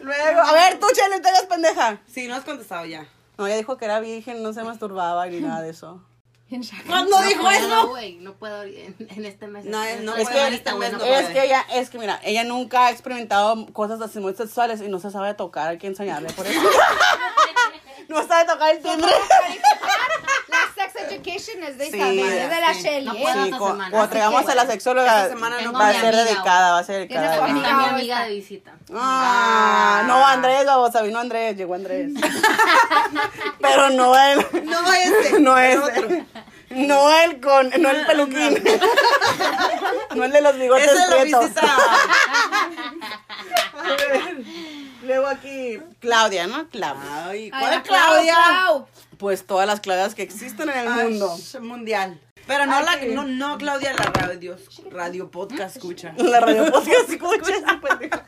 Speaker 1: Luego, a ver, tú, Chele, te hagas pendeja.
Speaker 3: Sí, no has contestado ya.
Speaker 1: No, ella dijo que era virgen, no se masturbaba ni nada de eso.
Speaker 4: Bien chaca.
Speaker 3: ¿Cuándo
Speaker 2: puedo, güey, no puedo en, en este mes.
Speaker 3: No, es- no
Speaker 1: Es
Speaker 3: puede,
Speaker 1: que,
Speaker 3: ahorita, güey, no
Speaker 1: es
Speaker 3: puede.
Speaker 1: que ella, es que mira, ella nunca ha experimentado cosas así muy sexuales y no se sabe tocar, hay que enseñarle por eso. no sabe tocar el timbre.
Speaker 4: La sex education es de
Speaker 1: Sí,
Speaker 4: Isabel, es de la
Speaker 3: sí.
Speaker 4: Shelly,
Speaker 2: No
Speaker 4: ¿eh?
Speaker 2: puedo.
Speaker 1: Sí,
Speaker 2: esta
Speaker 1: cu-
Speaker 2: semana,
Speaker 1: cuando
Speaker 2: así
Speaker 1: traigamos
Speaker 2: que-
Speaker 1: a la sexóloga
Speaker 3: Esta semana no
Speaker 1: va a
Speaker 2: puedo.
Speaker 1: ser
Speaker 2: Tengo mi
Speaker 1: dedicada,
Speaker 2: amiga.
Speaker 1: va a ser
Speaker 4: Esa es tu
Speaker 2: Está
Speaker 1: dedicada.
Speaker 2: mi
Speaker 4: amiga ahora
Speaker 2: amiga
Speaker 4: está.
Speaker 2: de visita.
Speaker 1: Ah, no Andrés, o vino Andrés, llegó Andrés. Pero no él.
Speaker 3: No este.
Speaker 1: No es. No el con, no el peluquín. No el de los bigotes
Speaker 3: Ese lo
Speaker 1: prietos.
Speaker 3: viste a-
Speaker 1: Luego aquí Claudia, ¿no? Claudia.
Speaker 3: Ay,
Speaker 4: Ay,
Speaker 3: ¿cuál
Speaker 4: la
Speaker 3: Claudia?
Speaker 4: Clau.
Speaker 1: Pues todas las Claudias que existen en el
Speaker 3: Ay,
Speaker 1: mundo.
Speaker 3: sh- mundial. Pero no
Speaker 1: Ay,
Speaker 3: la
Speaker 1: qué-
Speaker 3: no, no Claudia la radio radio podcast escucha.
Speaker 1: La radio podcast escucha ese pendejo.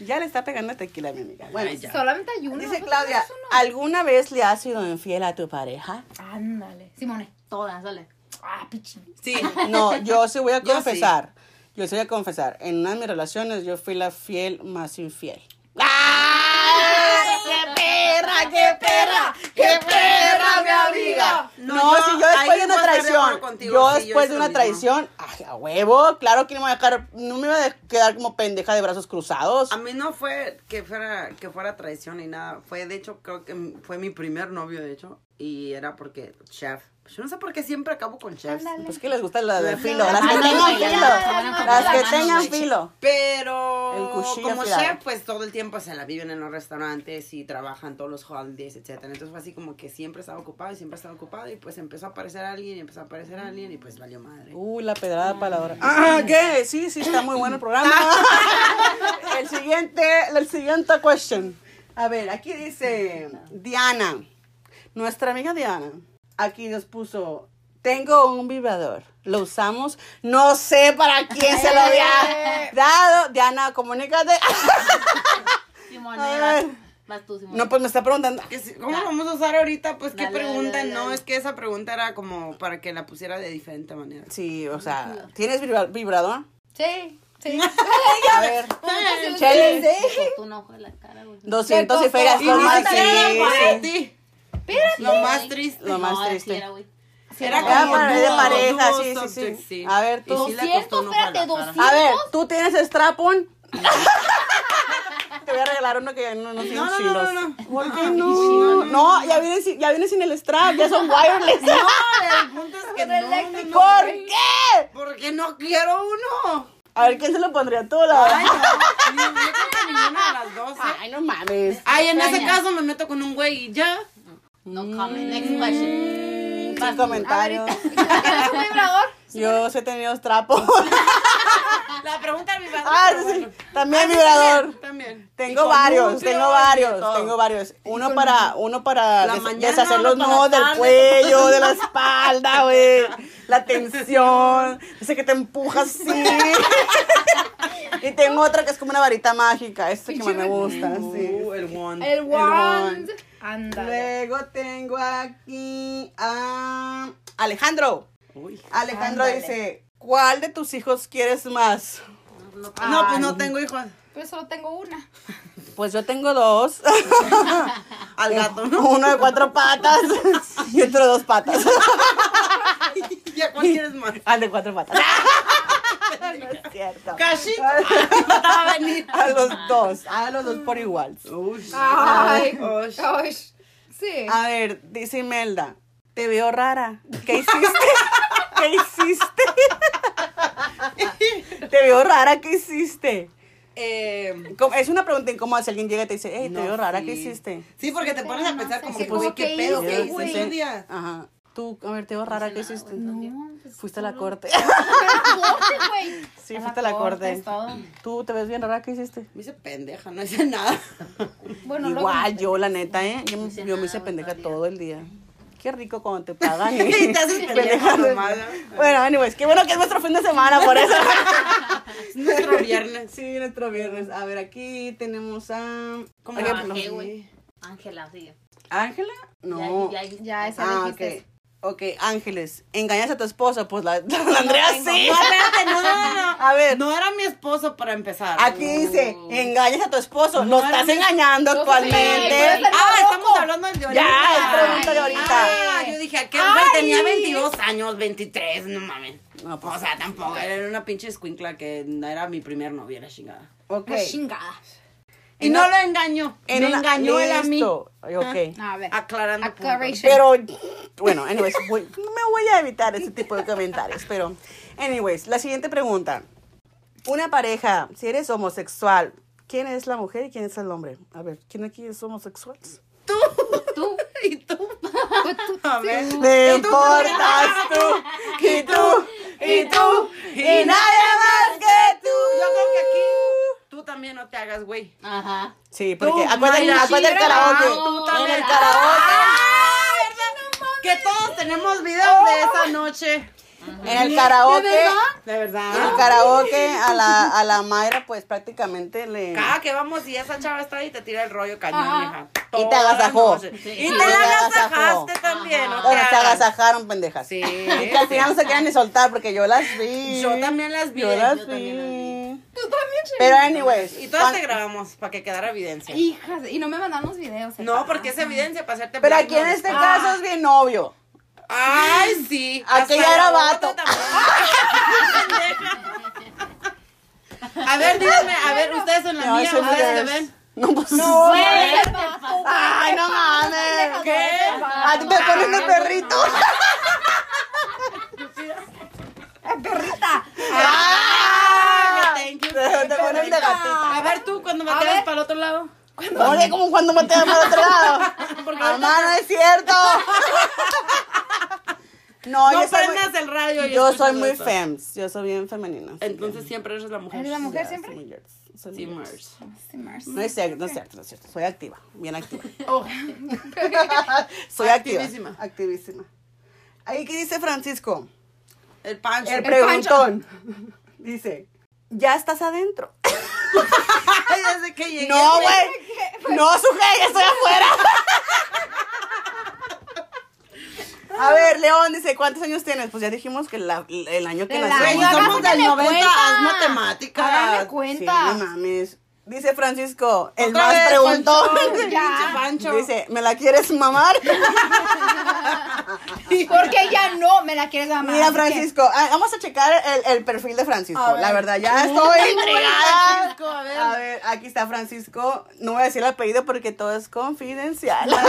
Speaker 1: Ya le está pegando tequila a mi amiga. Bueno,
Speaker 3: Ay, ya.
Speaker 4: Solamente hay uno.
Speaker 1: Dice Claudia, ¿alguna vez le has sido infiel a tu pareja?
Speaker 4: Ándale. Simone.
Speaker 2: Todas, dale.
Speaker 4: Ah, pichín.
Speaker 3: Sí.
Speaker 1: No, yo sí voy a
Speaker 3: Yo sí.
Speaker 1: confesar. Yo sí voy a confesar. En una de mis relaciones yo fui la fiel más infiel. ¡Ah! ¡Qué perra, qué perra! ¡Qué perra, mi amiga! No,
Speaker 3: No, yo-
Speaker 1: si yo después de
Speaker 3: ahí voy
Speaker 1: una
Speaker 3: a estar de
Speaker 1: traición,
Speaker 3: acuerdo contigo,
Speaker 1: yo
Speaker 3: sí, yo
Speaker 1: después
Speaker 3: hice
Speaker 1: de
Speaker 3: lo
Speaker 1: una
Speaker 3: mismo.
Speaker 1: traición, ay, a huevo, claro que no me voy a dejar, no me iba a quedar como pendeja de brazos cruzados.
Speaker 3: A mí no fue que fuera que fuera traición ni nada. Fue de hecho creo que m- fue mi primer novio de hecho y era porque chef. Yo no sé por qué siempre acabo con chefs.
Speaker 1: Pues que les gusta la de filo,
Speaker 4: no,
Speaker 1: las que
Speaker 4: no,
Speaker 1: tengan
Speaker 4: no,
Speaker 1: filo,
Speaker 4: no, no,
Speaker 1: las que
Speaker 4: no,
Speaker 1: tengan
Speaker 2: no,
Speaker 1: filo. El
Speaker 3: Pero
Speaker 1: cuchillo
Speaker 3: como
Speaker 1: afilado.
Speaker 3: chef, pues todo el tiempo se la viven en los restaurantes y trabajan todos los holidays, etcétera. Entonces fue así como que siempre estaba ocupado y siempre estaba ocupado y pues empezó a aparecer alguien y empezó a aparecer alguien y pues valió madre.
Speaker 1: Uy, la pedrada palabra. Ah, ¿qué? Sí, sí, está muy bueno el programa. el siguiente, el siguiente question. A ver, aquí dice Diana, nuestra amiga Diana, aquí nos puso, tengo un vibrador, lo usamos, no sé para quién se lo había dado. Diana, comunícate.
Speaker 2: Simone,
Speaker 1: A
Speaker 2: vas,
Speaker 1: ver.
Speaker 2: vas tú, Simone.
Speaker 1: no, pues me está preguntando.
Speaker 3: Que si- ¿Cómo lo vamos a usar ahorita? Pues qué
Speaker 2: Dale, dale,
Speaker 3: pregunta,
Speaker 2: dale,
Speaker 3: no,
Speaker 2: dale.
Speaker 3: es que esa pregunta era como para que la pusiera de diferente manera.
Speaker 1: Sí, o sea, ¿tienes vibra- vibrador?
Speaker 4: Sí, sí.
Speaker 1: A ver, Chele.
Speaker 2: Pues tú no juegas la cara, güey.
Speaker 1: 200 y
Speaker 4: Me
Speaker 1: ferias.
Speaker 4: costó.
Speaker 1: son
Speaker 4: Y
Speaker 1: más-
Speaker 4: no
Speaker 1: sí,
Speaker 4: tenía
Speaker 1: sí.
Speaker 4: guay.
Speaker 3: Sí.
Speaker 4: Espérate.
Speaker 3: Lo más
Speaker 2: Ay,
Speaker 3: triste.
Speaker 1: Lo más
Speaker 2: no, así
Speaker 1: triste.
Speaker 2: era, güey.
Speaker 3: Era
Speaker 1: Ah,
Speaker 3: como
Speaker 1: para- de
Speaker 3: dúo,
Speaker 1: pareja,
Speaker 3: dúo
Speaker 1: sí, sí,
Speaker 3: subject,
Speaker 1: sí. A ver, tú.
Speaker 3: Y sí le
Speaker 4: 200,
Speaker 3: costó no
Speaker 4: espérate,
Speaker 3: jalar.
Speaker 4: 200.
Speaker 1: A ver, ¿tú tienes strap on? Te voy a regalar uno que no, no tiene
Speaker 3: No, no,
Speaker 1: chilos.
Speaker 3: no, no, no.
Speaker 1: ¿Por qué no? No, ya vienen sin, ya vienen sin el strap, ya son wireless.
Speaker 3: No, el punto es que
Speaker 4: Pero
Speaker 3: no, no,
Speaker 4: eléctrico.
Speaker 3: no,
Speaker 1: ¿Por qué?
Speaker 3: Porque no quiero uno.
Speaker 1: A ver, ¿quién se lo pondría tú, la
Speaker 3: Ay,
Speaker 1: verdad?
Speaker 3: no. ni- Yo creo que ninguna de las dos. ¿eh?
Speaker 1: Ay, no mames.
Speaker 3: Ay, en ese
Speaker 2: extraña.
Speaker 3: caso me meto con un güey y ya.
Speaker 2: No
Speaker 1: Mm.
Speaker 2: comment. Next question.
Speaker 1: Sin comentarios.
Speaker 4: ¿Tienes un vibrador?
Speaker 1: Yo sí he tenido strap on.
Speaker 3: La pregunta de mi padre.
Speaker 1: Ah, sí, sí. También vibrador.
Speaker 3: También. Y
Speaker 1: Tengo
Speaker 3: con
Speaker 1: varios,
Speaker 3: núcleo
Speaker 1: tengo
Speaker 3: y
Speaker 1: varios,
Speaker 3: todo.
Speaker 1: tengo varios. Uno para, uno para
Speaker 3: La
Speaker 1: des-
Speaker 3: mañana,
Speaker 1: deshacer
Speaker 3: uno
Speaker 1: los
Speaker 3: para
Speaker 1: nudos
Speaker 3: la
Speaker 1: del
Speaker 3: tarde.
Speaker 1: cuello, de la espalda, güey. La tensión, ese que te empuja así. y tengo otra que es como una varita mágica, esta que más me gusta, Ah, sí.
Speaker 3: Uh, el one.
Speaker 4: El wand.
Speaker 1: wand.
Speaker 4: Ándale.
Speaker 1: Luego tengo aquí a Alejandro.
Speaker 3: Uy.
Speaker 1: Alejandro
Speaker 4: Ándale.
Speaker 1: dice, ¿cuál de tus hijos quieres más?
Speaker 2: No, no,
Speaker 3: No, pues no tengo hijos.
Speaker 4: Pero solo tengo una.
Speaker 1: Pues yo tengo dos. Eh.
Speaker 3: Al gato, ¿no?
Speaker 1: Uno de cuatro patas y otro de dos patas.
Speaker 3: ¿Ya cuál quieres más?
Speaker 1: Al de cuatro patas. No es cierto.
Speaker 3: Casi.
Speaker 1: A los dos, a los dos por igual.
Speaker 4: Ay.
Speaker 3: Uy.
Speaker 4: Ay. Sí.
Speaker 1: A ver, dice Imelda, te veo rara. ¿Qué hiciste? ¿Qué hiciste? Te veo rara, ¿qué hiciste?
Speaker 3: Eh,
Speaker 1: Como- Es una pregunta incómoda si alguien llega y te dice, hey, te
Speaker 3: no,
Speaker 1: veo rara,
Speaker 3: sí.
Speaker 1: ¿qué hiciste?
Speaker 3: Sí, porque te pones a pensar como
Speaker 4: Sí,
Speaker 3: que, pues,
Speaker 4: como
Speaker 3: ¿qué
Speaker 4: que
Speaker 3: pedo?
Speaker 4: hice,
Speaker 3: ¿Qué hice
Speaker 4: güey.
Speaker 3: ese día?
Speaker 1: Ajá. Tú, a ver, te veo rara,
Speaker 2: hice
Speaker 1: ¿qué
Speaker 2: nada,
Speaker 1: hiciste?
Speaker 2: güey, no.
Speaker 1: Fuiste a la corte.
Speaker 4: Corte, güey.
Speaker 1: Sí, fuiste pues a la corte.
Speaker 4: es todo.
Speaker 1: Tú te ves bien rara, ¿qué hiciste?
Speaker 3: Me hice pendeja, no hice nada.
Speaker 4: Bueno, luego-
Speaker 1: Igual, yo, la neta, ¿eh? Yo, me-
Speaker 2: hice
Speaker 1: yo me
Speaker 2: nada,
Speaker 1: hice
Speaker 2: güey,
Speaker 1: pendeja
Speaker 2: todo el día.
Speaker 1: todo el día. Qué rico cuando te pagan. y-
Speaker 3: Y te haces pendeja nomás.
Speaker 1: Bueno, anyways, qué bueno que es nuestro fin de semana, por eso.
Speaker 3: Es nuestro viernes.
Speaker 1: sí, nuestro viernes. A ver, aquí tenemos a...
Speaker 3: ¿Cómo
Speaker 1: Por
Speaker 2: Ah,
Speaker 1: ejemplo,
Speaker 2: ¿qué, güey? Ángela, sigue.
Speaker 1: ¿Ángela? No.
Speaker 2: Ya, ya,
Speaker 4: Ya, esa
Speaker 1: Ah, ok.
Speaker 4: dijiste.
Speaker 1: Ok, Ángeles, ¿engañas a tu esposa? Pues la, la Andrea sí.
Speaker 3: No, espérate, no, no, no.
Speaker 1: A ver,
Speaker 3: No era mi esposo para empezar.
Speaker 1: aquí dice, engañas a tu esposo. Lo
Speaker 3: era
Speaker 1: estás
Speaker 3: mi-
Speaker 1: engañando
Speaker 4: No, sí,
Speaker 1: actualmente.
Speaker 4: puede ser
Speaker 1: Ah,
Speaker 3: Ah,
Speaker 4: loco.
Speaker 3: estamos hablando del de ahorita.
Speaker 1: Ya, es pregunta de
Speaker 3: Ay,
Speaker 1: ahorita.
Speaker 3: Ah, yo dije, ¿qué mujer tenía 22 años, 23? No mames.
Speaker 1: No, pues-
Speaker 3: o sea, tampoco. Era una pinche escuincla que era mi primer novia, la chingada.
Speaker 1: ok.
Speaker 4: La chingada.
Speaker 3: Y no lo engañó.
Speaker 1: En
Speaker 3: me
Speaker 1: una-
Speaker 3: engañó él a mí.
Speaker 1: listo, Ok.
Speaker 4: A ver.
Speaker 3: Aclarando puntos.
Speaker 4: Aclaration.
Speaker 1: Pero, bueno, anyways, voy- me voy a evitar ese tipo de comentarios. Pero, anyways, la siguiente pregunta. Una pareja, si eres homosexual, ¿quién es la mujer y quién es el hombre? A ver, ¿quién aquí es homosexual?
Speaker 2: Tú.
Speaker 3: Y tú. A ver.
Speaker 1: Te importas tú, y tú, y tú, y nadie más que tú.
Speaker 3: Yo creo que aquí tú también no te hagas, güey.
Speaker 2: Ajá.
Speaker 1: Sí,
Speaker 3: Tú,
Speaker 1: porque acuérdate,
Speaker 3: Mayra,
Speaker 1: acuérdate el
Speaker 3: sí,
Speaker 1: karaoke.
Speaker 3: ¿verdad? Tú
Speaker 1: en el
Speaker 3: también.
Speaker 1: karaoke.
Speaker 3: Que todos tenemos videos de esa noche.
Speaker 1: En el karaoke.
Speaker 3: De
Speaker 1: En el
Speaker 3: verdad.
Speaker 1: karaoke a la, a la Mayra pues prácticamente le...
Speaker 3: Cada que vamos y esa chava está ahí te tira el rollo cañón, hija.
Speaker 1: Y te
Speaker 3: Toda
Speaker 1: agasajó.
Speaker 3: noche.
Speaker 1: Sí.
Speaker 3: Y
Speaker 1: Y
Speaker 3: te
Speaker 1: te
Speaker 3: la
Speaker 1: agasajó.
Speaker 3: agasajaste también, ¿no?
Speaker 1: Bueno, se
Speaker 3: te hagas.
Speaker 1: agasajaron, pendejas.
Speaker 3: Sí.
Speaker 1: Y que al final no se querían ni soltar porque yo las vi.
Speaker 3: Yo también las vi.
Speaker 1: Yo las
Speaker 3: Yo
Speaker 1: vi. Pero anyways.
Speaker 3: Y todas
Speaker 1: cuan-
Speaker 3: te grabamos para que quedara evidencia.
Speaker 4: Hijas, y no me mandan los videos.
Speaker 3: No, porque es evidencia para hacerte
Speaker 1: Pero aquí
Speaker 3: blackmail
Speaker 1: en este
Speaker 3: después.
Speaker 1: caso es bien obvio.
Speaker 3: Ay, sí.
Speaker 1: Aquí
Speaker 3: Hasta
Speaker 1: ya era
Speaker 3: la otra
Speaker 1: vato.
Speaker 3: también. A ver, díganme, a ver, ustedes son la
Speaker 1: No,
Speaker 3: mía,
Speaker 1: eso no
Speaker 3: ustedes se
Speaker 1: es.
Speaker 3: ven.
Speaker 1: No, pues. Ay, no mames.
Speaker 3: ¿Qué?
Speaker 1: A ti te ponen de perrito.
Speaker 4: Perrita.
Speaker 1: Ah,
Speaker 3: Thank you.
Speaker 1: Te te ponen de gatita.
Speaker 3: A ver tú, cuando
Speaker 4: A ver.
Speaker 3: volteas para el otro lado.
Speaker 1: Oye, como cuando me para el otro lado. Hermano, es cierto. No,
Speaker 3: No
Speaker 1: yo soy muy,
Speaker 3: prendas el radio. y
Speaker 1: yo
Speaker 3: escucha
Speaker 1: soy muy
Speaker 3: esto.
Speaker 1: fems. Yo soy bien femenina.
Speaker 3: Entonces siempre eres la mujer.
Speaker 4: ¿Eres la mujer siempre?
Speaker 1: Soy muy girls, soy muy
Speaker 3: Sí,
Speaker 1: girls.
Speaker 3: Mars.
Speaker 1: No es cierto, no es cierto, no es cierto. Soy activa, bien activa.
Speaker 3: Oh,
Speaker 1: Soy activa.
Speaker 3: Activísima.
Speaker 1: Activísima. Ahí que dice Francisco,
Speaker 3: el pancho.
Speaker 1: el preguntón. Dice, ya estás adentro.
Speaker 3: Desde que llegué.
Speaker 1: No,
Speaker 4: Pues,
Speaker 1: güey. No, suje, ya estoy afuera. A ver, León dice, ¿cuántos años tienes? Pues ya dijimos que la- el año que
Speaker 4: El
Speaker 1: nació.
Speaker 4: año,
Speaker 3: Güey, somos del
Speaker 4: háganme
Speaker 3: 90,
Speaker 4: cuenta.
Speaker 3: haz matemáticas.
Speaker 4: Háganme
Speaker 1: Sí,
Speaker 4: cuenta.
Speaker 1: no mames. Dice Francisco, el
Speaker 3: Otra
Speaker 1: más
Speaker 3: vez,
Speaker 1: preguntón.
Speaker 3: Pancho,
Speaker 4: Ya.
Speaker 3: pinche Pancho.
Speaker 1: Dice, ¿me la quieres mamar?
Speaker 4: Porque ya no me la quieres amar.
Speaker 1: Mira,
Speaker 4: así que-
Speaker 1: Francisco, ah, vamos a checar el, el perfil de Francisco. La verdad, ya estoy intrigada.
Speaker 3: Francisco, a ver.
Speaker 1: A ver, aquí está Francisco. No voy a decir el apellido porque todo es confidencial.
Speaker 3: Ay,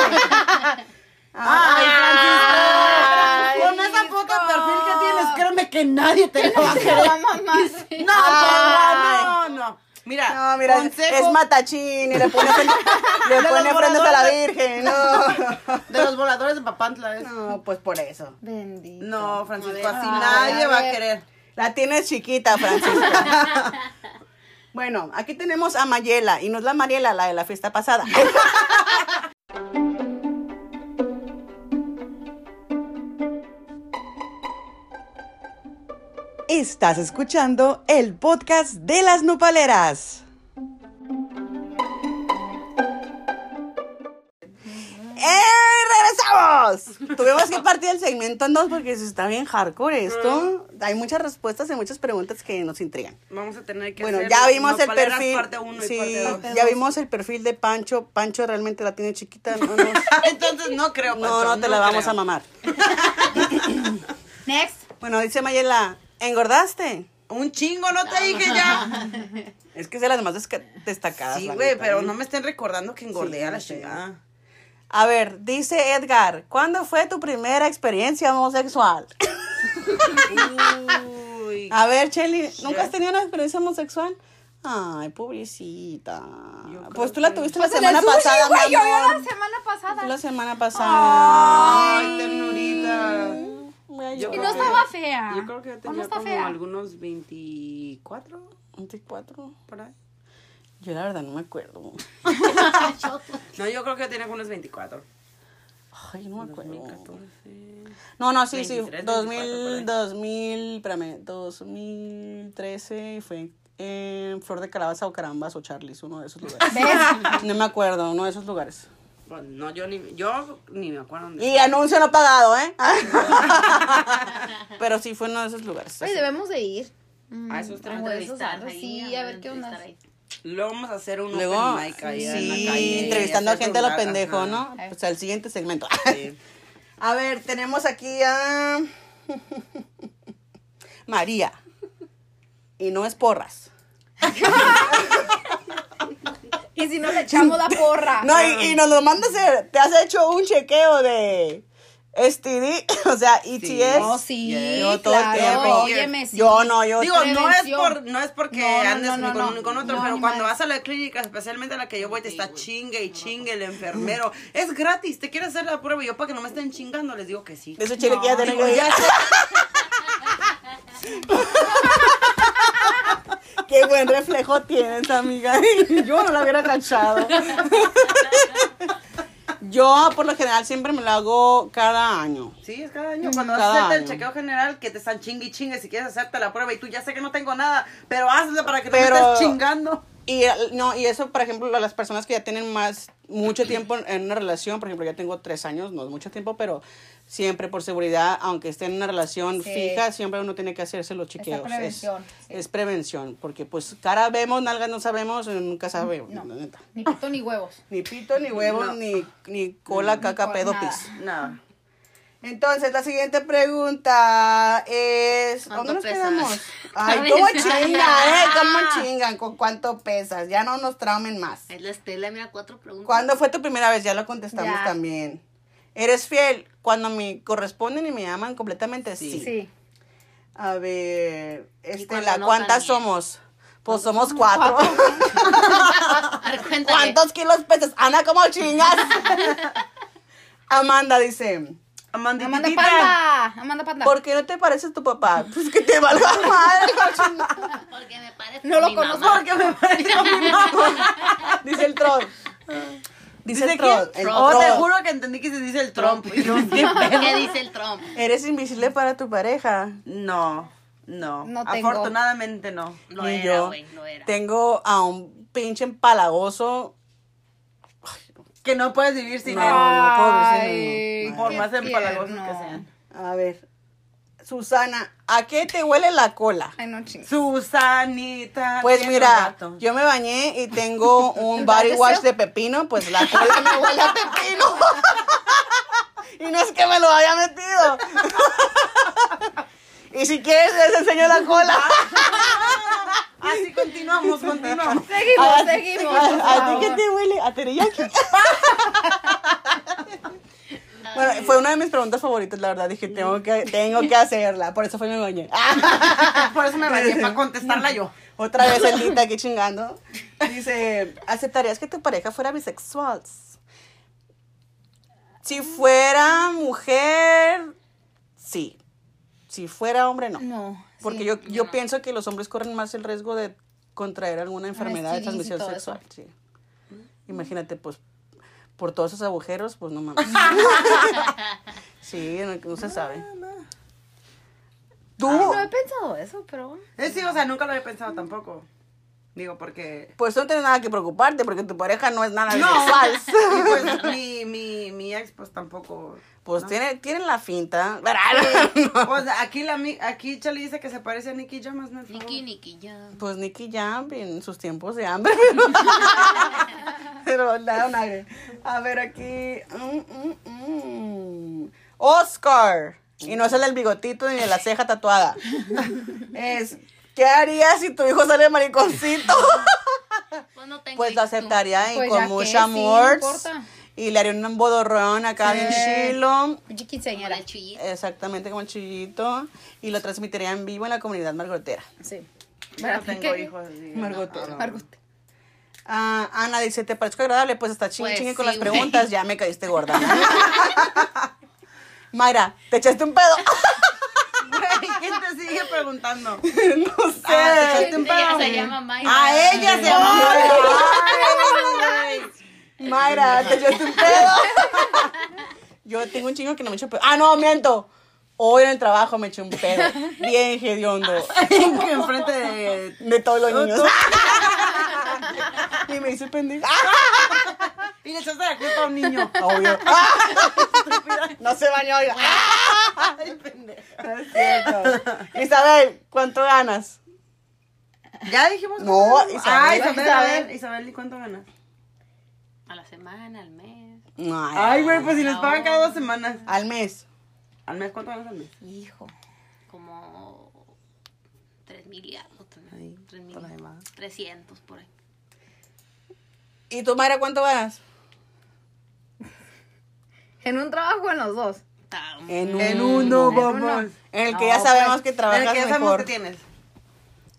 Speaker 1: Ay,
Speaker 3: Francisco. Con esa foto de perfil que tienes, créeme que nadie te lo va a
Speaker 4: Se
Speaker 3: querer.
Speaker 4: la mamá.
Speaker 3: No,
Speaker 1: Ay.
Speaker 3: no, no. Mira,
Speaker 1: No, mira, es matachín y le pone, le
Speaker 3: los
Speaker 1: pone prendas a la
Speaker 3: borradores.
Speaker 1: Virgen. No.
Speaker 3: de los voladores de Papantla. es.
Speaker 1: no, pues por eso.
Speaker 4: Bendito.
Speaker 3: No, Francisco, así
Speaker 4: Ay,
Speaker 3: nadie
Speaker 4: a
Speaker 3: va a
Speaker 4: ver.
Speaker 3: querer.
Speaker 1: La tienes chiquita, Francisco. bueno, aquí tenemos a Mayela, y no es la Mariela, la de la fiesta pasada. Estás escuchando el podcast de las nopaleras. ¡Eh! ¡Regresamos! Tuvimos que partir el segmento en dos porque se está bien hardcore esto. Hay muchas respuestas y muchas preguntas que nos intrigan.
Speaker 3: Vamos a tener que
Speaker 1: Bueno,
Speaker 3: hacer
Speaker 1: ya vimos el
Speaker 3: nopaleras
Speaker 1: perfil.
Speaker 3: parte uno y
Speaker 1: sí,
Speaker 3: parte dos.
Speaker 1: ya vimos el perfil de Pancho. Pancho realmente la tiene chiquita. No, no,
Speaker 3: Entonces no creo,
Speaker 1: no, no te la vamos a mamar.
Speaker 4: Next.
Speaker 1: Bueno, dice Mayela, ¿engordaste?
Speaker 3: Un chingo, no te dije ya.
Speaker 1: Es que es de las más desca- destacadas.
Speaker 3: Sí,
Speaker 1: la
Speaker 3: güey,
Speaker 1: neta,
Speaker 3: pero
Speaker 1: ¿eh?
Speaker 3: no me estén recordando que engordé
Speaker 1: Sí,
Speaker 3: a la
Speaker 1: no sé.
Speaker 3: chingada.
Speaker 1: A ver, dice Edgar, ¿cuándo fue tu primera experiencia homosexual?
Speaker 3: Uy.
Speaker 1: A ver, Chelly, ¿nunca has tenido una experiencia homosexual? Ay, pobrecita. Pues tú la tuviste la semana pasada, mi
Speaker 4: Yo, yo
Speaker 1: amor.
Speaker 4: la semana pasada.
Speaker 1: Tú la semana pasada.
Speaker 3: Ay, ternurita.
Speaker 1: fea. Yo
Speaker 3: Yo creo
Speaker 5: Y
Speaker 1: creo
Speaker 5: no
Speaker 1: que-
Speaker 5: estaba fea.
Speaker 3: Yo creo que
Speaker 5: ¿O
Speaker 3: yo
Speaker 5: no
Speaker 3: tenía
Speaker 5: Ah. está
Speaker 3: como
Speaker 5: fea?
Speaker 3: algunos 24
Speaker 1: 24.
Speaker 3: por ahí.
Speaker 1: Yo la verdad no me acuerdo.
Speaker 3: No, yo creo que yo tenía unos 24.
Speaker 1: Ay, no me acuerdo.
Speaker 3: 2014.
Speaker 1: No, no, sí, sí.
Speaker 3: 23,
Speaker 1: 2000,
Speaker 3: 24 por
Speaker 1: 2000, espérame, 2013 fue en Flor de Calabaza o Carambas o Charlies, uno de esos lugares. No me acuerdo, uno de esos lugares.
Speaker 3: Pues no, yo ni, yo ni me acuerdo dónde.
Speaker 1: Y anuncio no pagado, ¿eh? Pero sí fue uno de esos lugares.
Speaker 4: Oye, debemos de ir.
Speaker 3: A esos tres.
Speaker 4: Ajá. sí, a ver qué onda.
Speaker 3: Luego vamos a hacer un
Speaker 1: Luego,
Speaker 3: open mic ahí en la
Speaker 1: sí,
Speaker 3: calle,
Speaker 1: entrevistando a
Speaker 3: hacer
Speaker 1: gente a lo
Speaker 3: fogata,
Speaker 1: pendejo,
Speaker 3: ajá.
Speaker 1: ¿no? Pues al siguiente segmento.
Speaker 3: Sí.
Speaker 1: A ver, tenemos aquí a María. Y no es porras.
Speaker 4: Y si no le echamos la porra.
Speaker 1: No, y, y nos lo mandas, eh, te has hecho un chequeo de STD, o sea, E ETS.
Speaker 4: No, Oh, sí,
Speaker 3: Yeah.
Speaker 1: Yo todo el tiempo.
Speaker 4: claro. Óyeme, sí.
Speaker 1: Yo no, yo
Speaker 3: Digo, no es,
Speaker 4: Prevención.
Speaker 3: por, no es porque
Speaker 4: No, no,
Speaker 3: andes
Speaker 4: no, no,
Speaker 3: ni con
Speaker 4: no.
Speaker 3: uno ni con otro,
Speaker 4: No,
Speaker 3: pero
Speaker 4: ni
Speaker 3: cuando
Speaker 4: madre.
Speaker 3: vas a la clínica, especialmente a la que yo voy, te está chingue y chingue el enfermero. Es gratis, te quieres hacer la prueba. y Yo, para que no me estén chingando, les digo que sí.
Speaker 1: De eso chile que ya tenés que Qué buen reflejo tienes, amiga. Yo no la hubiera cachado. Yo, por lo general, siempre me lo hago cada año.
Speaker 3: Sí, es cada año. Cuando
Speaker 1: Cada
Speaker 3: vas a hacerte el
Speaker 1: año.
Speaker 3: chequeo general, que te están chingue y chingue si quieres hacerte la prueba y tú ya sé que no tengo nada, pero hazlo para que
Speaker 1: Pero-
Speaker 3: no me estés chingando.
Speaker 1: Y eh, no, y eso, por ejemplo, a las personas que ya tienen más mucho tiempo en una relación, por ejemplo, ya tengo tres años, no es mucho tiempo, pero siempre por seguridad, aunque esté en una relación
Speaker 4: Sí.
Speaker 1: fija, siempre uno tiene que hacerse los chequeos. Es-
Speaker 4: prevención,
Speaker 1: Es,
Speaker 4: sí.
Speaker 1: prevención, porque pues cara vemos, nalga no sabemos, eh, nunca sabemos.
Speaker 4: No.
Speaker 1: la neta.
Speaker 4: Ni pito ni huevos.
Speaker 1: Ni pito, ni huevo,
Speaker 3: No.
Speaker 1: ni, ni cola, caca,
Speaker 4: col-
Speaker 1: pedo,
Speaker 4: nada.
Speaker 1: pis.
Speaker 3: Nada.
Speaker 1: Entonces, la siguiente pregunta es...
Speaker 2: ¿Cuánto
Speaker 1: ¿Dónde nos
Speaker 2: pesas?
Speaker 1: quedamos? Ay, ¿cómo
Speaker 2: Cabeza.
Speaker 1: chingan, eh? ¿Cómo chingan? ¿Con cuánto pesas? Ya no nos traumen más.
Speaker 2: Es la Estela, mira, cuatro preguntas.
Speaker 1: ¿Cuándo fue tu primera vez? Ya lo contestamos
Speaker 4: Ya.
Speaker 1: también. ¿Eres fiel? Cuando me corresponden y me aman completamente, sí.
Speaker 4: Sí.
Speaker 1: A ver, Estela,
Speaker 2: cuando no
Speaker 1: ¿cuántas
Speaker 2: también?
Speaker 1: somos? Pues somos cuatro.
Speaker 2: A ver, cuéntale.
Speaker 1: ¿Cuántos kilos pesas? Ana, ¿cómo chingas? Amanda dice,
Speaker 3: Amanda,
Speaker 4: Amanda Panda. Amanda Panda.
Speaker 1: ¿por qué no te pareces a tu papá? Pues que te valga madre.
Speaker 2: Porque me parece
Speaker 4: No lo
Speaker 2: mi
Speaker 4: conozco.
Speaker 2: mamá.
Speaker 3: Porque me parece a mi mamá.
Speaker 1: Dice el troll. Dice, el
Speaker 3: ¿Dice
Speaker 1: troll.
Speaker 3: quién?
Speaker 1: El
Speaker 3: Oh, te
Speaker 1: troll.
Speaker 3: juro que entendí que se dice el Trump. Y yo, ¿qué pedo?
Speaker 2: ¿Qué dice el Trump?
Speaker 1: Eres invisible para tu pareja.
Speaker 3: No, no.
Speaker 4: No tengo.
Speaker 3: Afortunadamente no.
Speaker 2: No
Speaker 1: Ni
Speaker 2: era,
Speaker 1: yo.
Speaker 2: güey, no era.
Speaker 1: Tengo a un pinche empalagoso.
Speaker 3: Que no puedes vivir sin
Speaker 1: No,
Speaker 3: él.
Speaker 1: no puedo decir
Speaker 4: Ay,
Speaker 1: no, no.
Speaker 3: Por
Speaker 4: qué
Speaker 3: más empalagosos
Speaker 4: tierno.
Speaker 3: que sean.
Speaker 1: A ver. Susana, ¿a qué te huele la cola?
Speaker 4: Ay, no chingues.
Speaker 3: Susanita.
Speaker 1: Pues
Speaker 3: tiene un
Speaker 1: mira,
Speaker 3: gato.
Speaker 1: yo me bañé y tengo un body
Speaker 4: ¿Verdad,
Speaker 1: wash
Speaker 4: deseo?
Speaker 1: de pepino, pues la cola me huele a pepino. y no es que me lo haya metido. y si quieres les enseño la cola.
Speaker 3: Así continuamos, continuamos.
Speaker 4: Seguimos,
Speaker 1: A-
Speaker 4: seguimos. por
Speaker 1: ¿A, a ti qué
Speaker 4: favor.
Speaker 1: te huele? ¿A teriyaki? bueno, fue una de mis preguntas favoritas, la verdad. Dije, tengo que, tengo que hacerla. Por eso fue mi bañé.
Speaker 3: Por eso me bañé, para contestarla yo.
Speaker 1: Otra vez Elita aquí chingando. Dice, ¿aceptarías que tu pareja fuera bisexual? Si fuera mujer, sí. Si fuera hombre, no.
Speaker 4: No.
Speaker 1: Porque
Speaker 4: sí.
Speaker 1: yo, yo pienso que los hombres corren más el riesgo de contraer alguna enfermedad de
Speaker 4: STDs y
Speaker 1: transmisión
Speaker 4: todo
Speaker 1: sexual. sí. Imagínate, pues, por todos esos agujeros, pues no mames. sí, no, no se sabe. Tú,
Speaker 4: Ah, No he pensado eso, pero.
Speaker 3: Eh, sí, o sea, nunca lo había pensado tampoco. Digo, porque...
Speaker 1: pues no tienes nada que preocuparte porque tu pareja no es nada
Speaker 3: No.
Speaker 1: bisexual.
Speaker 3: Y pues mi, mi, mi ex, pues tampoco...
Speaker 1: Pues
Speaker 3: ¿no?
Speaker 1: tiene, tienen la finta.
Speaker 3: Pues aquí, la, mi- aquí Charlie dice que se parece a Nicky Jam, hazme el favor.
Speaker 2: Niki, Niki, ya.
Speaker 1: Pues Nicky Jam en sus tiempos de hambre. Pero nada, nada. A ver aquí. Mm, mm, mm. Oscar. Y no es el del bigotito ni de la ceja tatuada. Es. ¿Qué harías si tu hijo sale mariconcito?
Speaker 2: Pues no tengo
Speaker 1: Pues lo
Speaker 2: ex, tú.
Speaker 1: aceptaría y
Speaker 4: Pues
Speaker 1: con
Speaker 4: ya que, sí,
Speaker 1: mucho
Speaker 4: no
Speaker 1: amor.
Speaker 4: importa.
Speaker 1: Y le haría un bodorrón acá bien chilo.
Speaker 4: Pinche
Speaker 2: Como
Speaker 4: quinceañera.
Speaker 2: la chullita.
Speaker 1: Exactamente como el chillito. Y lo transmitiría en vivo en la comunidad margotera.
Speaker 4: Sí.
Speaker 3: Yo no tengo
Speaker 4: ¿Qué?
Speaker 3: hijos. así que no.
Speaker 1: Margote.
Speaker 3: Ah, no.
Speaker 4: Margot.
Speaker 1: Ah, Ana dice, ¿te parezco agradable? Pues está chingue
Speaker 2: Pues
Speaker 1: chingue con
Speaker 2: sí,
Speaker 1: las
Speaker 2: güey.
Speaker 1: preguntas, ya me caíste gorda. Mayra, ¿te echaste un pedo?
Speaker 3: ¿Quién te sigue preguntando?
Speaker 1: no sé.
Speaker 3: Ah, te echaste un
Speaker 2: Ella
Speaker 3: pedo.
Speaker 2: se llama Mayra.
Speaker 4: Ah.
Speaker 3: A ella se llama Mayra. Ay,
Speaker 1: Mayra, te echaste un pedo. Yo tengo un chingo que no me echo pedo. Ah, no, miento. Hoy en el trabajo me eché un pedo. Bien hediondo.
Speaker 3: güey. Enfrente de.
Speaker 1: De todos los niños. y me hice pendeja.
Speaker 3: Y le echaste la culpa a un niño.
Speaker 1: Obvio. no se bañó. oiga.
Speaker 3: Ay, pendeja.
Speaker 1: No es cierto. Isabel, ¿cuánto ganas?
Speaker 3: Ya dijimos.
Speaker 1: No,
Speaker 3: cuánto-
Speaker 1: Isabel,
Speaker 3: Ah, Isabel, a
Speaker 1: Isabel.
Speaker 3: ver. Isabel, ¿y cuánto ganas?
Speaker 2: A la semana, al mes.
Speaker 3: Ay, güey, pues si les pagan cada dos semanas.
Speaker 1: Al mes.
Speaker 3: ¿Al mes cuánto ganas al mes?
Speaker 4: Hijo.
Speaker 2: Como. Tres mil y algo
Speaker 3: Ay,
Speaker 2: también. Tres
Speaker 3: por la demás.
Speaker 2: mil. Trescientos por ahí.
Speaker 1: ¿Y tú, Mayra, cuánto ganas?
Speaker 4: En un trabajo en los dos.
Speaker 2: Está-
Speaker 3: En uno,
Speaker 4: En uno.
Speaker 3: vamos.
Speaker 1: En el que
Speaker 4: No,
Speaker 1: ya sabemos
Speaker 4: pues,
Speaker 1: que
Speaker 3: En
Speaker 1: trabajas
Speaker 3: el que ya sabemos
Speaker 1: mejor.
Speaker 3: que tienes.